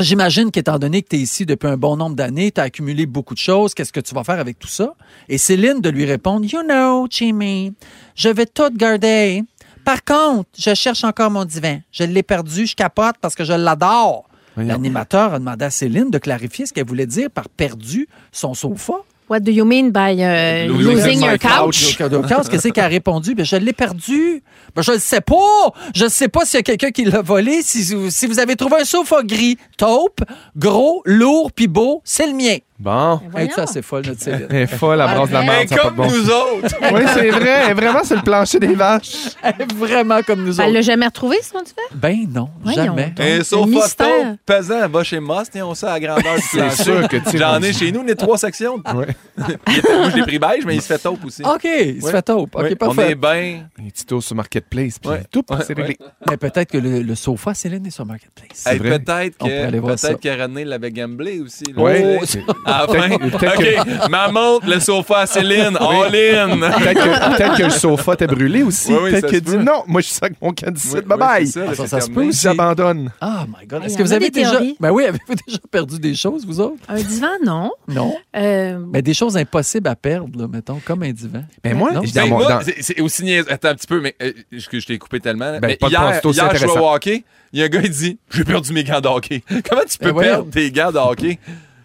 J'imagine qu'étant donné que tu es ici depuis un bon nombre d'années, tu as accumulé beaucoup de choses, qu'est-ce que tu vas faire avec tout ça? Et Céline de lui répondre, You know, Jimmy, je vais tout garder. Par contre, je cherche encore mon divan. Je l'ai perdu, je capote parce que je l'adore. L'animateur a demandé à Céline de clarifier ce qu'elle voulait dire par perdu son sofa.
What do you mean by euh,
Losing
losing
my
your couch?
Qu'est-ce que c'est qu'elle a répondu? Ben, je l'ai perdu. Ben, je le sais pas. Je sais pas s'il y a quelqu'un qui l'a volé. Si, si vous avez trouvé un sofa gris, taupe, gros, lourd, puis beau, c'est le mien.
Bon.
Hey, tu es assez folle, notre Céline. *laughs*
Elle est folle, la brasse de la
Mais
merde, ça n'a pas de bon sens.
autres.
Oui, c'est vrai. Elle est vraiment sur le plancher des vaches.
Elle est vraiment comme nous
Elle
autres.
l'a jamais retrouvé, son divan?
Ben non,
Ben, Voyons
jamais.
donc.
Un
Le
sofa
mystère.
taupe pesant, va chez Moss, tiens, on sait à la grandeur du
C'est
plancher.
sûr que tu sais,
J'en
mon-
ai chez nous, les trois sections.
Ouais.
Il était- Moi, je l'ai pris beige, mais il se fait taupe aussi.
OK, il se
Ouais.
fait taupe. OK,
Oui, on
parfait.
est bien.
Les petits tours sur Marketplace. Puis
Ouais.
tout,
Ouais,
c'est
ouais.
réglé.
Mais Ben, peut-être que le, le sofa, Céline, est sur Marketplace.
C'est
Hey,
vrai.
peut-être
On pourrait aller
que,
voir ça.
peut-être que René l'avait gamblé aussi. là. *laughs*
Ouais.
Tu sais,
Oh,
à à la fin.
Peut-être que-
OK, ma montre, le sofa à Céline,
*laughs*
all in.
Peut-être que, peut-être que le sofa t'est brûlé aussi.
Oui, oui,
peut-être
ça
que
se
dit
peut.
non, moi je suis ça avec mon can d'ici,
Oui,
bye bye.
oui, c'est
Ah, ça, ça se
c'est
peut.
terminé.
c'est-
J'abandonne.
Ah, my God.
Il
Est-ce
y
que
en
vous
a
avez
des
déjà.
théories.
Ben oui, avez-vous déjà perdu des choses, vous autres?
Un divan, non.
Non.
Euh,
Mais des choses impossibles à perdre, là, mettons, comme un divan.
Mais moi,
Non.
je- dans
Ben,
mon-
moi,
dans-
c'est- C'est aussi niaise. Attends un petit peu, mais euh, je- que je t'ai coupé tellement. là.
Ben,
mais
pas de
hier,
passe, c'est aussi
hier je vais
intéressant.
au hockey. Il y a un gars, il dit J'ai perdu mes gants de hockey. *laughs* Comment tu
Ben,
peux
voyons.
perdre tes gants de hockey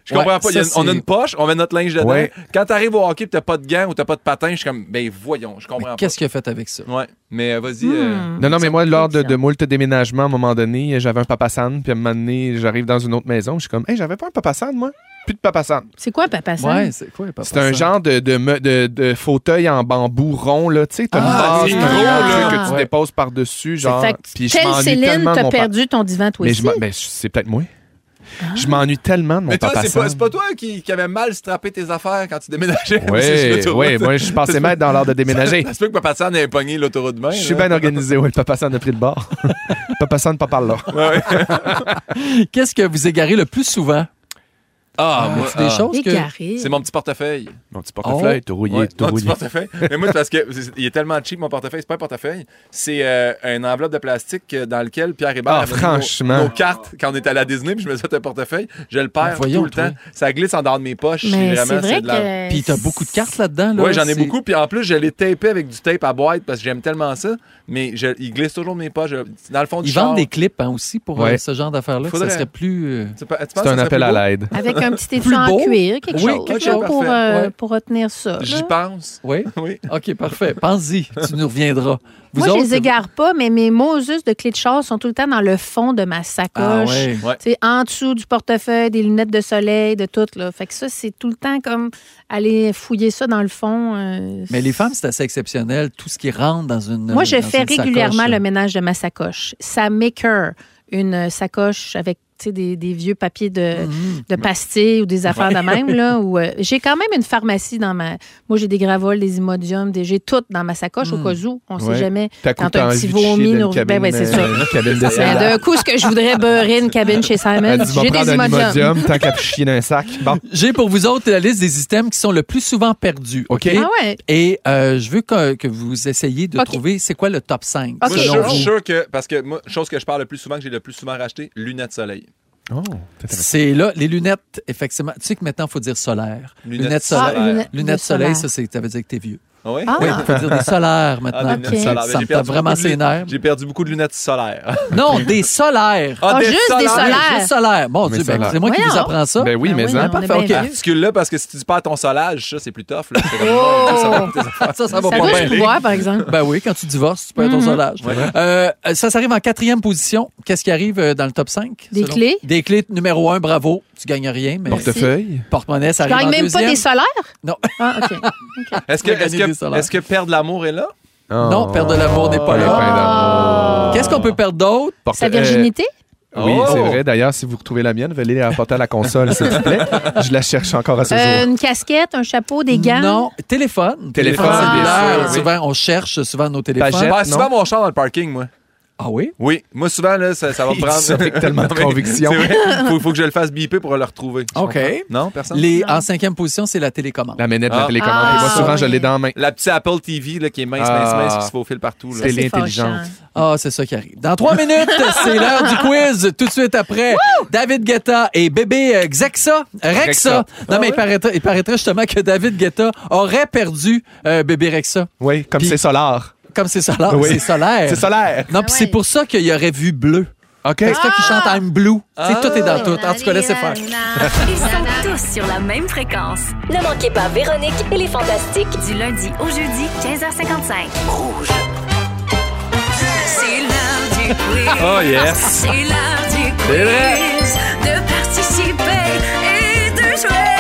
je
Ouais,
comprends pas. Il y a
ça,
une- on a
c'est-
une poche, on met notre linge dedans.
Ouais.
Quand t'arrives au hockey et t'as pas de gants ou t'as pas de patin, je suis comme, ben voyons, je comprends pas.
Qu'est-ce qu'il a fait avec ça?
Ouais, mais euh, vas-y. euh,
Hmm.
Non, non, mais moi, lors de, de moult déménagements, à un moment donné, j'avais un papasan, puis à un moment donné, j'arrive dans une autre maison, je suis comme, hey, j'avais pas un papasan, moi? Plus de papasan.
C'est quoi, papa Sam?
Ouais, c'est quoi, papa?
C'est un genre de, de, me- de- de fauteuil en bambou rond, là. Tu sais, t'as
Ah,
une
c'est
base, t'as
gros,
un
là.
truc que tu
Ouais.
déposes par-dessus, genre.
Fait que
Puis je
telle
m'ennuie
Céline,
tellement de
t'as
mon pa-
perdu ton divan, toi
Mais,
aussi. Ah.
je m'en- mais c'est peut-être moi. Je m'ennuie tellement de mon
Mais toi,
papasan.
c'est pas, c'est pas toi qui, qui avait mal strappé tes affaires quand tu déménageais. *laughs* sur
Oui,
l'autoroute.
oui, moi, je pensais m'être dans l'art de
*laughs*
déménager.
Ça se peut que Papa San ait pogné l'autoroute de main.
Je suis ben- bien organisé, oui. Le papasan a pris le
*laughs*
bord. le papasan ne pas par là.
Qu'est-ce que vous égarez le plus souvent?
Ah, moi,
Est-ce des
ah,
choses que...
Égaré.
C'est mon petit portefeuille.
Mon petit
portefeuille,
tout
Ouais, mon petit portefeuille. Mais moi, c'est parce que c'est- il est tellement cheap, mon portefeuille. C'est pas un portefeuille. C'est euh, une enveloppe de plastique euh, dans lequel Pierre Hébert
Ah,
avait mis
franchement.
Nos, nos cartes quand on était à la Disney. Puis je me suis fait un portefeuille. Je le
Ah,
perds
voyons,
tout le
toi.
temps. Ça glisse en dehors de mes poches.
Mais
Vraiment,
c'est vrai
de la-
que.
Puis t'as beaucoup de cartes là-dedans, là?
Oui, j'en ai
c'est-
beaucoup. Puis en plus, je l'ai tapé avec du tape à boîte parce que j'aime tellement ça. Mais je- il glisse toujours de mes poches. Je- Dans le fond du
Ils vendent
char.
des clips hein, aussi pour
Ouais.
euh, ce genre d'affaires-là. que Ça
Faudrait-
serait plus... euh,
Tu pe- tu penses
C'est
que ça
un
serait
appel à
plus beau?
l'aide.
Avec un petit
Plus
étui en
beau.
cuir, quelque
Oui,
chose.
quelque
là,
chose,
pour,
parfait.
euh,
Ouais.
pour retenir ça.
J'y
là.
pense. *laughs*
Oui?
Oui.
OK, parfait. Pense-y. Tu nous reviendras. Vous
Moi, je
autres,
les égare pas, mais mes mots juste de clé de char sont tout le temps dans le fond de ma sacoche.
Ah, ouais.
Ouais.
Tu sais, en dessous du portefeuille, des lunettes de soleil, de tout. Là. Fait que ça, c'est tout le temps comme aller fouiller ça dans le fond. euh,
Mais les femmes, c'est assez exceptionnel. Tout ce qui rentre dans une.
Moi, je
dans
fais
une sacoche,
régulièrement
euh,
le ménage de ma sacoche. Ça maker une sacoche avec tu sais, des, des vieux papiers de, de pastilles ou des affaires de même. Là, où, euh, j'ai quand même une pharmacie dans ma... Moi, j'ai des gravoles, des imodiums, des... j'ai tout dans ma sacoche au cas où. On ne
Ouais.
sait jamais.
T'as
Quand
coupé
t'as un
envie
petit
de chier
vomi,
d'une
nous- ben
cabine,
ouais, c'est
euh, cabine de
Ben,
salade.
d'un coup, ce que je voudrais beurrer une cabine chez Simon,
Elle dit,
j'ai
va prendre
des
un
imodiums.
imodium tant qu'à chier dans un sac. Bon,
J'ai pour vous autres la liste des items qui sont le plus souvent perdus. OK?
Ah ouais?
Et euh, je veux que, que vous essayiez de
OK.
trouver Ah, c'est quoi le top 5.
OK.
Moi, je
selon
suis
vous.
sûr que, parce que moi, chose que je parle le plus souvent, que j'ai le plus souvent racheté, lunettes soleil.
oh,
C'est là, les lunettes, effectivement. Tu sais que maintenant, il faut dire solaire.
Lunettes
Lunettes, solaires.
Ah,
solaires.
Lunettes,
Le
solaires, ça, c'est- ça veut dire que t'es vieux.
Ah ouais?
Ah,
Oui, il faut dire des solaires maintenant.
Ah, des lunettes
Ok.
solaires.
Ça
J'ai
me
perdu
tape vraiment
beaucoup de
ses
lu-
nerfs.
J'ai perdu beaucoup de
*laughs*
lunettes solaires.
Non, des solaires.
Ah, juste des solaires.
Des solaires. Mon
Mais
Dieu, ben,
solaires.
c'est moi qui
Voyons.
vous apprends ça. *laughs*
Ben oui,
Ah
mais
oui,
hein.
non, on est
Parfait,
bien
OK.
vieux.
Articule-là, parce que si tu perds ton solage, ça, c'est plus tough. Là. C'est comme,
Oh! ça, ça va
Oh! Ça
pas
doit, Mhm.
bien.
je pourrais, par exemple.
Ben oui, quand tu divorces, tu perds ton solage. Euh, ça, ça arrive en quatrième position. Qu'est-ce qui arrive euh, dans le top 5?
Des clés?
Des clés numéro un, bravo. Tu gagnes rien, mais
Portefeuille.
porte-monnaie, ça
Je
arrive
gagne
en
même
deuxième.
pas des solaires?
Non.
Ah, OK.
Est-ce que,
Tu vas
est-ce,
gagner des
que,
solaires.
est-ce que perdre l'amour est là?
Non, perdre de l'amour n'est pas
Oh,
là.
ben,
Ah.
Qu'est-ce qu'on peut perdre d'autre?
Porte-
Sa virginité?
Euh, oui,
Oh.
c'est vrai. D'ailleurs, si vous retrouvez la mienne, veuillez la rapporter à la console, s'il
*laughs*
vous plaît. Je la cherche encore à ce
Euh,
jour.
une casquette, un chapeau, des gants?
Non, téléphone.
Téléphone,
bien
cellulaire.
sûr, oui.
Souvent, on cherche souvent nos téléphones.
Pagette.
Ben, Je
non.
souvent mon char dans le parking, moi.
Ah oui?
Oui, moi souvent, là, ça, ça va me
Il dit ça avec
*laughs* prendre...
tellement de Oh.
Non, mais
conviction.
c'est vrai. faut, faut que je le fasse biper pour le retrouver.
OK.
Non, personne?
Les, en cinquième position, c'est la télécommande.
La manette de
Ah.
la télécommande.
Ah,
Moi, souvent,
oui.
je l'ai dans la main.
La petite Apple TV là, qui est mince, mince,
Ah.
mince, qui se faufile partout.
Ça,
Là.
c'est
intelligente.
fâchant.
Ah, c'est ça qui arrive. Dans trois minutes, c'est l'heure du quiz. Tout de suite après, David Guetta et bébé euh, Xexa, Rexa.
Rexa.
Non,
Ah
mais il, paraîtrait, il paraîtrait justement que David Guetta aurait perdu euh, bébé Rexa.
Oui, comme
Puis-
c'est solaire.
Comme c'est solaire.
Oui.
C'est solaire.
C'est
Non,
solaire.
puis
Ah ouais. Ah!
c'est pour ça qu'il aurait vu bleu.
OK.
C'est ça qui chante I'm Blue. Tu sais, tout est dans tout. En tout cas,
euh,
laissez faire.
Ils sont tous sur la même fréquence.
Ne manquez pas Véronique et les Fantastiques.
Du lundi au jeudi, 15h55.
C'est l'heure du quiz.
Oh yes!
C'est l'heure du
C'est vrai.
quiz. De participer et de jouer.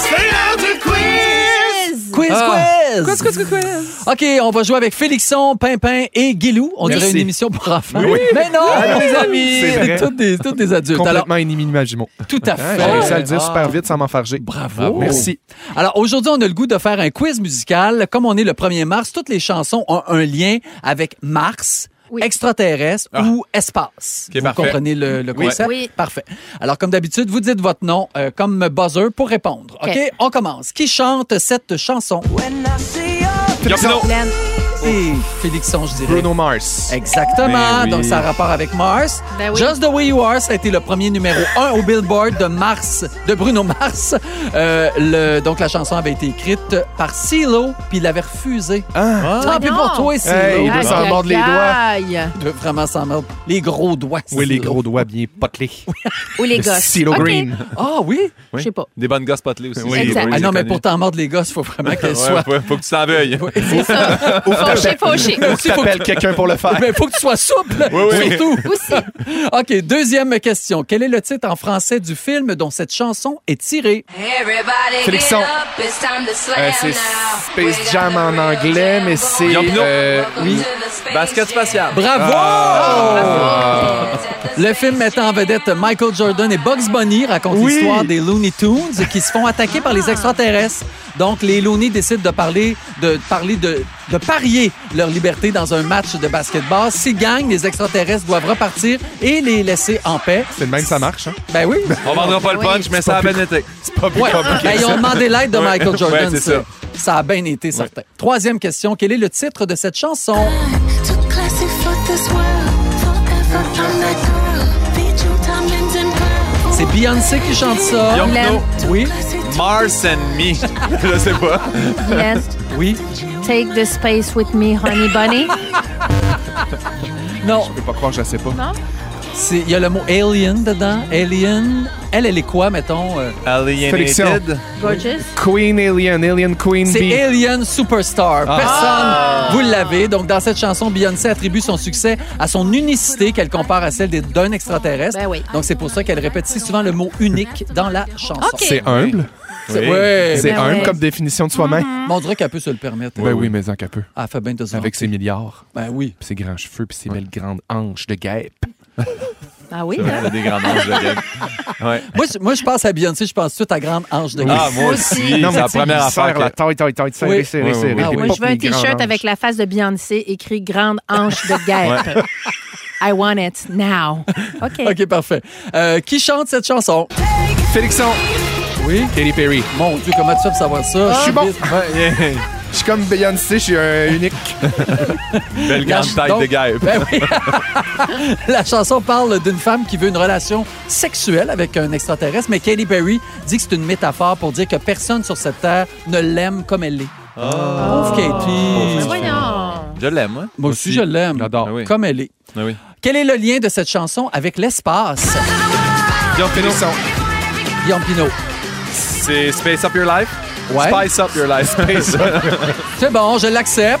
C'est l'heure du quiz.
Quiz,
Ah.
quiz! Quiz, quiz, quiz! OK, on va jouer avec Félixon, Pimpin et Guilou. On dirait une émission pour enfants.
Oui. Ah
Mais non, les
C'est
amis!
vrai.
Toutes des, toutes des adultes. Alors,
Complètement inimaginable.
tout à
Hein,
fait.
J'ai réussi à le dire
Ah.
super vite sans m'enfarger.
Bravo.
Merci.
Alors aujourd'hui, on a le goût de faire un quiz musical. Comme on est le 1er mars, toutes les chansons ont un lien avec Mars.
Oui.
extraterrestre
Ah.
ou espace.
Ok,
vous
parfait.
comprenez le, le
Oui.
concept?
Oui.
Parfait. Alors, comme d'habitude, vous dites votre nom euh, comme buzzer pour répondre. OK?
OK.
On commence. Qui chante cette chanson?
When I see you.
Gambino.
C'est Félixon, je dirais.
Bruno Mars.
Exactement.
Ben oui.
Donc, ça a rapport avec Mars.
Ben oui.
Just the Way You Are, ça a été le premier numéro *laughs* 1 au Billboard de Mars, de Bruno Mars. Euh, le- donc, la chanson avait été écrite par CeeLo, puis il l'avait refusé.
Ah.
Tant pis
non.
pour toi, CeeLo.
Hey, il
Aïe,
doit s'en
aïe,
mordre les doigts.
aïe.
Il doit vraiment s'en mordre. Les gros doigts.
Oui, les
CeeLo.
gros doigts bien potelés.
Ou les gosses.
Silo
OK.
Green.
Ah oui?
Oui.
Je sais pas.
Des bonnes gosses potelées aussi.
Oui,
Exact.
Ah non, mais
connu.
pour t'en mordre les gosses, il faut
*laughs*
vraiment qu'elles
Ouais,
soient...
ouais, faut que tu t'en veuilles. Oui,
C'est ça. Fauché, fauché.
*laughs* Aussi, faut que-
T'appelles quelqu'un
*laughs*
pour le faire.
Mais faut que tu sois souple,
Oui, oui.
surtout.
*laughs* Aussi.
*laughs* OK, deuxième question. Quel est le titre en français du film dont cette chanson est tirée?
Félixon. Euh, c'est Space Jam en anglais, mais c'est.
Gambino.
euh,
oui. Basket spatial.
Bravo!
Ah.
Le film mettant en vedette Michael Jordan et Bugs Bunny raconte
Oui.
l'histoire des Looney Tunes qui se font attaquer par les extraterrestres. Donc, les Looney décident de parler, de, de parler de, de parier leur liberté dans un match de basketball. S'ils gagnent, les extraterrestres doivent repartir et les laisser en paix.
C'est le même, ça marche. Hein?
Ben oui.
On vendra pas le punch, mais ça a bien été.
C'est pas plus
Ouais.
compliqué.
Ben, ils ont demandé l'aide de
Ouais.
Michael Jordan.
Ouais, c'est
ça.
ça.
Ça a bien été certain. Troisième question. Quel est le titre de cette chanson? C'est Beyoncé qui chante ça.
Young
Glenn.
Oui,
Mars and me. Je sais pas.
Yes.
oui.
Take the space with me, honey bunny.
Non,
Je peux pas croire, je la sais pas.
c'est- il y a le mot alien dedans. Alien. Elle, elle est quoi, mettons? euh,
Sélection.
Alienated.
Gorgeous.
Queen Alien, Alien Queen
C'est
Bee. Ah.
Alien Superstar. Personne, vous l'avez. Donc, dans cette chanson, Beyoncé attribue son succès à son unicité qu'elle compare à celle des- d'un extraterrestre.
Ben oui.
Donc, c'est pour ça qu'elle répète si souvent le mot unique dans la chanson.
OK.
C'est humble.
Oui.
Ouais.
C'est
Ben
humble
ouais.
comme définition de soi-même.
Mais on dirait qu'elle peut se le permettre.
Ben Mm-hmm. oui, mais en qu'un peu.
Ah, Elle fait bien de ça.
Avec ses milliards,
Ben oui.
puis ses grands cheveux, puis ses belles grandes hanches de guêpe.
Ah oui,
C'est
hein?
vrai, Des grandes manches de gueule. Ouais.
Moi, je- moi, je pense à Beyoncé, je pense tout à Grande Ange de
Ah,
Christ.
moi aussi.
Non,
C'est
mais
la
tu sais,
première
il
affaire.
serre la
que-
taille, taille, taille, serrée,
Oui.
serrée,
Oui, oui,
serrée.
oui.
Des
Ah oui.
Moi,
pompes,
je veux un
des grandes
T-shirt avec
hanches.
la face de Beyoncé écrit Grande hanche de guêpe. *laughs* I want it now. OK.
OK, parfait. Euh, qui chante cette chanson?
Félixon.
Oui.
Katy Perry.
Mon Dieu, comment tu fais pour savoir ça?
Je suis bon.
vite.
*laughs* Je suis comme Beyoncé, je suis un unique.
Belle grande taille
Donc-
de guêpe.
Ben oui. *laughs* La chanson parle d'une femme qui veut une relation sexuelle avec un extraterrestre, mais Katy Perry dit que c'est une métaphore pour dire que personne sur cette terre ne l'aime comme elle l'est.
Ah.
Pauvre
Mais
Katy.
voyons.
Je l'aime, hein. moi.
Moi aussi, je l'aime.
J'adore. Ah oui.
Comme elle est.
Ah oui.
Quel est le lien de cette chanson avec l'espace?
Félixon.
Guillaume Pinot.
C'est Space Up Your Life.
Ouais.
Spice Up Your Life. Space
C'est bon, je l'accepte.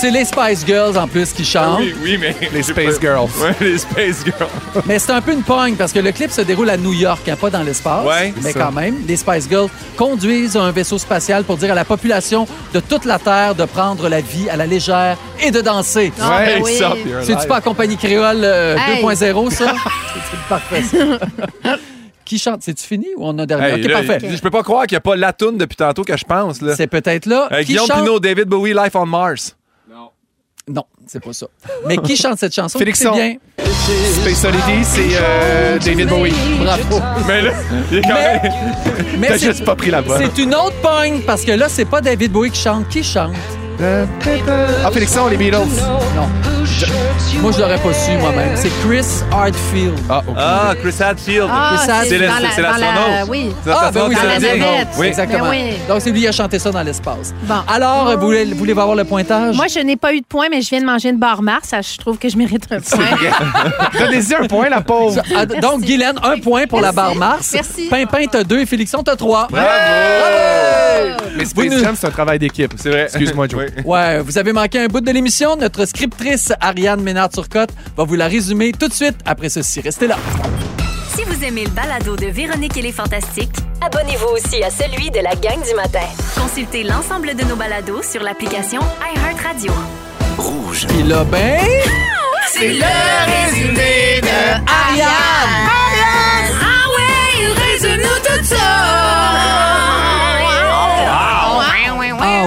C'est les Spice Girls en plus qui chantent.
*laughs* Oui, oui, mais.
Les Space Girls.
Ouais, les Space Girls.
Mais c'est un peu une pogne parce que le clip se déroule à New York, hein, pas dans l'espace.
Ouais,
mais
c'est ça.
quand même, les Spice Girls conduisent un vaisseau spatial pour dire à la population de toute la Terre de prendre la vie à la légère et de danser.
Ah, ben oui.
Space Up Your Life.
C'est-tu pas la compagnie créole euh,
Hey. *laughs*
2.0, ça? C'est parfait, ça. Qui chante? C'est-tu fini ou on a dernier?
Hey,
OK,
là,
parfait.
Je peux pas croire qu'il n'y a pas la toune depuis tantôt que je pense. Là.
C'est peut-être là.
Euh,
qui
Guillaume
chante?
Pinot, David Bowie, Life on Mars.
Non, c'est pas ça. Mais qui chante cette chanson?
Félixson.
C'est bien.
Space Oddity, c'est euh, David Bowie.
Bravo.
Mais là, il est quand
Mais-
même.
Mais
T'as
c'est-
juste pas pris la bonne.
c'est une autre pogne parce que là, c'est pas David Bowie qui chante. Qui chante?
Ah, Félixon, les Beatles.
Non. Moi, je l'aurais pas su moi-même. C'est Chris Hartfield.
Ah, ok.
Ah, Chris Hadfield.
Ah,
ça,
c'est
c'est
dans
la-
la-
c'est
dans la-
l'astronaute.
Oui.
Ah,
C'est
ben
l'astronaute
oui,
qui
dans
l'a
la
dit.
navette.
Oui.
exactement.
Ben oui.
Donc, c'est lui qui a chanté ça dans l'espace.
Bon.
Alors, euh, vous voulez, vous voulez avoir le pointage?
Moi, je n'ai pas eu de point, mais je viens de manger une barre Mars. Ça, Je trouve que je mérite un point.
Donnez-y un point, la pauvre.
Ah, d- donc, Guylaine, un point pour la barre Mars.
Merci.
Pimpin, t'as deux. Félixon, t'as trois.
Mais
Vous nous-
Space Jam, c'est un travail d'équipe.
C'est vrai.
Excuse-moi, Joe.
Oui.
Ouais, vous avez manqué un bout de l'émission. Notre scriptrice, Ariane Ménard-Turcotte, va vous la résumer tout de suite après ceci. Restez là.
Si vous aimez le balado de Véronique et les Fantastiques,
Abonnez-vous aussi à celui de la gang du matin.
consultez l'ensemble de nos balados sur l'application iHeartRadio.
Puis là, ben...
C'est le résumé de
Ariane!
Ah ouais, résume-nous tout ça!
Ah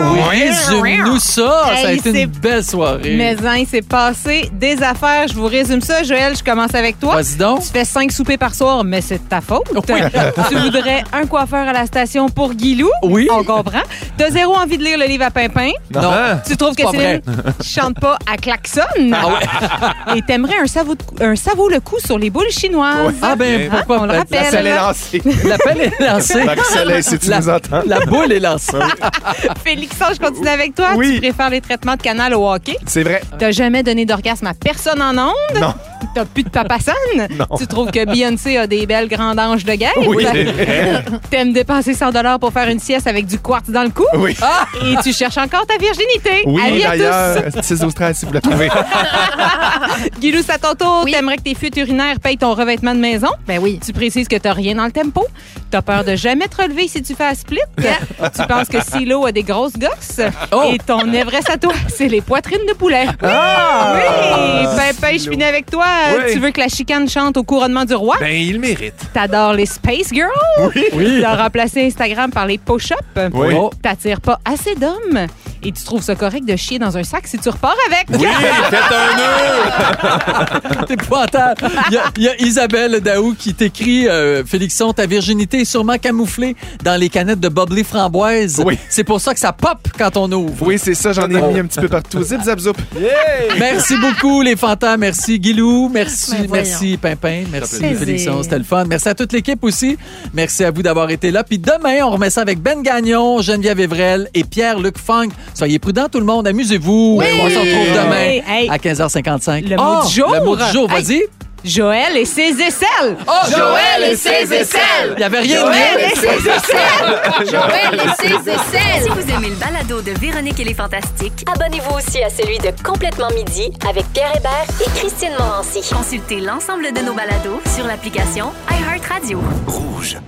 oui,
Ouais.
Résume-nous ça. ça a
Hey,
été
c'est-
une belle soirée.
Mais hein, il s'est passé des affaires. Je vous résume ça. Joël, je commence avec toi.
Vas-y donc.
Tu fais cinq soupers par soir, mais c'est de ta faute.
Oui. *laughs*
tu voudrais un coiffeur à la station pour Guilou.
Oui.
On comprend. T'as zéro envie de lire le livre à Pimpin.
Non.
Ah.
Hein?
Tu trouves que
C'est pas Ah
Céline
*laughs*
chante pas à klaxonne. Et t'aimerais un savou, de cou- un savou le coup sur les boules chinoises.
Ah ben
Hein?
pourquoi
On le
pas?
rappelle.
La salle est lancée.
L'appel est
*laughs*
lancé.
Marie Soleil, si tu
La-
nous entends. hein?
La boule est lancée.
Félix, je continue avec toi.
Oui.
Tu préfères les traitements de canal au hockey.
C'est vrai.
T'as jamais donné d'orgasme à personne en ondes.
Non.
T'as plus de papa
*laughs*
San. Tu trouves que Beyoncé a des belles grandes hanches de guerre.
Oui, c'est vrai.
T'aimes dépenser 100 pour faire une sieste avec du quartz dans le cou.
Oui.
Et tu cherches encore ta virginité.
Oui,
Avis à tous.
d'ailleurs, 6 12 13, si vous le trouvez.
*laughs* Guilou, c'est à ton tour. T'aimerais que tes fuites urinaires payent ton revêtement de maison. Ben oui. Tu précises que t'as rien dans le tempo. T'as peur de jamais te relever si tu fais un *laughs* split. tu penses que Silo a des grosses gosses.
Oh!
Et ton Everest à toi, c'est les poitrines de poulet.
Ah!
oui!
Ah,
Ben, ben, je finis avec toi.
Oui.
Tu veux que la chicane chante au couronnement du roi?
Ben, il mérite.
T'adores les Space Girls? Oui. Tu as remplacé Instagram par les Posh Up?
Oui.
Oh.
T'attires pas assez d'hommes? Et tu trouves ça correct de chier dans un sac si tu repars avec?
Oui, faites
*laughs*
un nœud!
C'est épouvantable. Il y a- il y, a Isabelle Daou qui t'écrit euh, Félixon, ta virginité est sûrement camouflée dans les canettes de Boblé framboise.
Oui.
C'est pour ça que ça pop quand on ouvre.
Oui, c'est ça, j'en ai mis un petit peu partout. Zip, zap, zoup.
Merci beaucoup, les fantas. Merci, Guilou. Merci,
Ben, voyons.
merci, Pimpin. Merci,
plaisir.
Félixon. C'était le fun. Merci à toute l'équipe aussi. Merci à vous d'avoir été là. Puis demain, on remet ça avec Ben Gagnon, Geneviève Evrel et Pierre-Luc Funk. Soyez prudents, tout le monde. Amusez-vous. On se retrouve demain
Oui. Hey.
à 15h55.
Le mot
Oh,
du jour.
Le mot du jour,
Hey.
vas-y.
Joël et ses aisselles.
Oh, Joël et ses aisselles! Il n'y avait rien de mieux.
Joël et ses aisselles.
Si vous aimez le balado de Véronique et les Fantastiques,
Abonnez-vous aussi à celui de Complètement Midi avec Pierre Hébert et Christine Morancy.
consultez l'ensemble de nos balados sur l'application iHeartRadio.
Rouge.